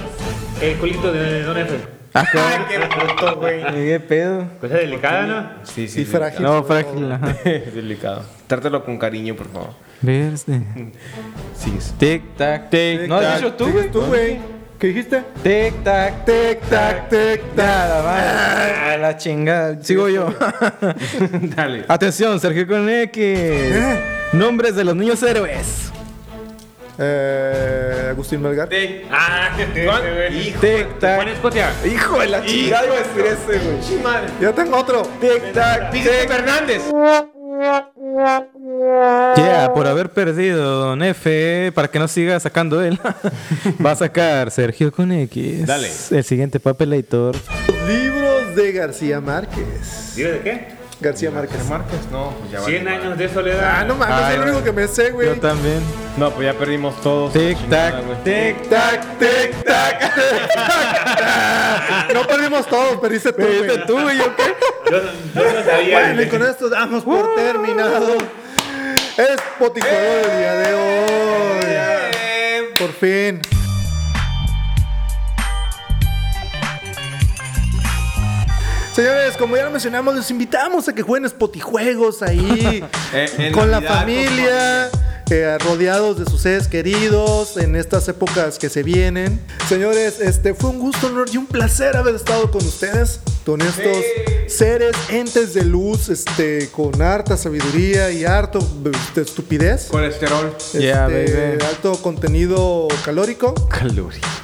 Speaker 4: El culito de Don F.
Speaker 3: Ah, cabrón.
Speaker 2: Qué puto, güey.
Speaker 3: ¿Qué pedo?
Speaker 4: Cosa delicada, ¿no?
Speaker 2: Sí, sí.
Speaker 5: Y frágil.
Speaker 3: No, frágil. ajá.
Speaker 2: Delicado. Trátalo con cariño, por favor.
Speaker 3: Verde.
Speaker 2: Sí, es.
Speaker 3: Tic, tac, tic. No, has
Speaker 5: Tic,
Speaker 3: dicho tú,
Speaker 5: tac.
Speaker 3: güey.
Speaker 5: Tú, güey. ¿Qué dijiste?
Speaker 3: Tic, tac,
Speaker 5: Tic tac, tic tac.
Speaker 3: Nada más. A la chingada. Sigo yo.
Speaker 2: Dale.
Speaker 3: Atención, Sergio con X. Nombres de los niños héroes.
Speaker 5: Eh, Agustín Melgar.
Speaker 2: Tic,
Speaker 4: Ah, que te
Speaker 2: Hijo
Speaker 3: Tic,
Speaker 4: Juan
Speaker 3: tac.
Speaker 4: Escotia.
Speaker 3: Hijo de la chingada iba a decir ese, güey.
Speaker 5: Yo tengo otro.
Speaker 3: Tic, tac,
Speaker 2: Vicente Fernández.
Speaker 3: Yeah, por haber perdido, don F, eh, para que no siga sacando él, va a sacar Sergio con X.
Speaker 2: Dale.
Speaker 3: El siguiente papel editor.
Speaker 5: Libros de García Márquez.
Speaker 4: ¿Digo de qué?
Speaker 5: García Márquez.
Speaker 2: Márquez, no, pues ya vale.
Speaker 4: 100 años de soledad.
Speaker 5: Ah, no mames,
Speaker 3: Ay,
Speaker 5: es lo único que me sé, güey.
Speaker 3: Yo también.
Speaker 2: No, pues ya perdimos todos.
Speaker 3: Tic,
Speaker 2: Chingada, güey.
Speaker 3: tac, tic,
Speaker 5: Tac, tic, tac, tic, tac. No perdimos todos, perdiste tú.
Speaker 3: Este
Speaker 5: güey.
Speaker 3: tú, güey, yo qué.
Speaker 4: Yo, yo no sabía.
Speaker 5: Bueno, y con esto damos por terminado el spoticuador del día de hoy. Por fin. Señores, como ya lo mencionamos, los invitamos a que jueguen Spotijuegos ahí.
Speaker 2: Eh, en
Speaker 5: con la
Speaker 2: Navidad,
Speaker 5: familia, eh, rodeados de sus seres queridos en estas épocas que se vienen. Señores, este fue un gusto, un honor y un placer haber estado con ustedes, con estos seres, entes de luz, este, con harta sabiduría y harto este, estupidez.
Speaker 2: Colesterol.
Speaker 3: Yeah,
Speaker 5: Este,
Speaker 3: baby.
Speaker 5: alto contenido calórico.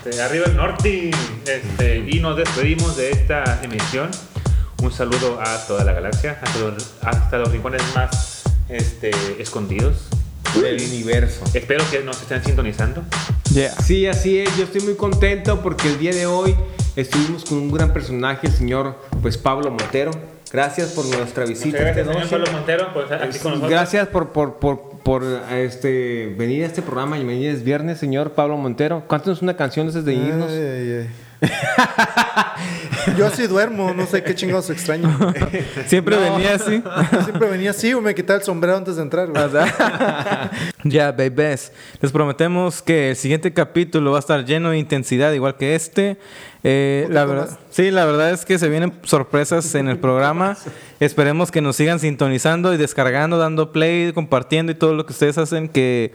Speaker 4: Este, arriba el norte este, y nos despedimos de esta emisión. Un saludo a toda la galaxia, hasta los, hasta los rincones más este, escondidos.
Speaker 2: Del universo.
Speaker 4: Espero que nos estén sintonizando.
Speaker 3: Yeah.
Speaker 2: Sí, así es. Yo estoy muy contento porque el día de hoy estuvimos con un gran personaje, el señor pues Pablo Montero. Gracias por nuestra visita.
Speaker 4: Muchas gracias,
Speaker 2: este
Speaker 4: señor
Speaker 2: noche.
Speaker 4: Pablo Montero, por estar aquí con nosotros.
Speaker 2: Gracias por, por, por, por este, venir a este programa y venir es viernes, señor Pablo Montero. Cuántanos una canción antes de irnos.
Speaker 5: Ay, ay. Ah, Yo así duermo, no sé qué chingados extraño.
Speaker 3: Siempre venía así.
Speaker 5: Yo siempre venía así o me quitaba el sombrero antes de entrar. güey.
Speaker 3: Ya, babies. Les prometemos que el siguiente capítulo va a estar lleno de intensidad, igual que este. Eh, la verdad, sí, la verdad es que se vienen sorpresas en el programa. Esperemos que nos sigan sintonizando y descargando, dando play, compartiendo y todo lo que ustedes hacen que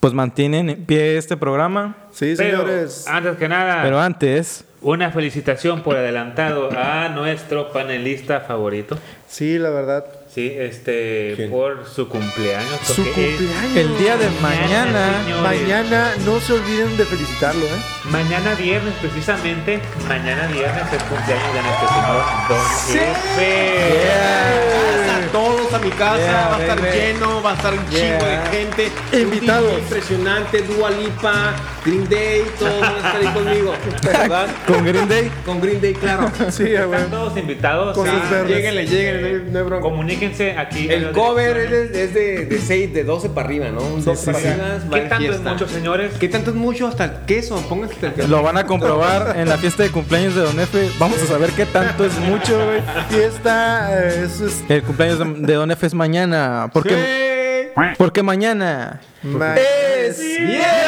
Speaker 3: pues mantienen en pie este programa.
Speaker 5: Sí,
Speaker 4: Pero, ah.
Speaker 5: señores.
Speaker 4: antes que nada,
Speaker 3: Pero antes,
Speaker 4: una felicitación por adelantado a nuestro panelista favorito.
Speaker 5: Sí, la verdad.
Speaker 4: Sí, este,
Speaker 2: ¿Quién?
Speaker 4: por su cumpleaños.
Speaker 5: Su
Speaker 4: porque es-
Speaker 5: cumpleaños.
Speaker 3: el día de mañana,
Speaker 4: señores.
Speaker 5: Mañana no se olviden de felicitarlo, ¿eh?
Speaker 4: Mañana viernes, precisamente, mañana viernes es cumpleaños de nuestro señor Don F.
Speaker 2: A todos a mi casa,
Speaker 3: Yeah,
Speaker 2: va a estar
Speaker 3: baby.
Speaker 2: lleno, va a estar un
Speaker 3: Yeah.
Speaker 2: chingo de gente.
Speaker 5: Invitados.
Speaker 2: Un DJ Impresionante, Dua Lipa, Green Day, todos van a estar ahí conmigo. ¿Verdad?
Speaker 3: con Green Day,
Speaker 2: Con Green Day, claro.
Speaker 5: Sí, a
Speaker 4: Están
Speaker 5: ver.
Speaker 4: todos invitados.
Speaker 5: Con sus verdes.
Speaker 2: Lléguenle, lléguenle, no hay- no hay bronca.
Speaker 4: Comuníquense aquí. en
Speaker 2: El
Speaker 4: las
Speaker 2: cover es
Speaker 4: direcciones.
Speaker 2: de, es de, de 6, de 12 para arriba, ¿no? Un 12 para arriba, va
Speaker 4: ¿Qué
Speaker 2: en
Speaker 4: tanto es
Speaker 2: fiesta.
Speaker 4: mucho, señores?
Speaker 2: ¿Qué tanto es mucho? Hasta el queso, pónganse hasta el queso.
Speaker 3: lo van a comprobar en la fiesta de cumpleaños de Don Efe. Vamos a saber qué tanto es mucho, güey.
Speaker 5: Fiesta eh, es, es
Speaker 3: El cumpleaños de de Don Efe es mañana. Porque, porque mañana
Speaker 5: ma-
Speaker 3: es viernes.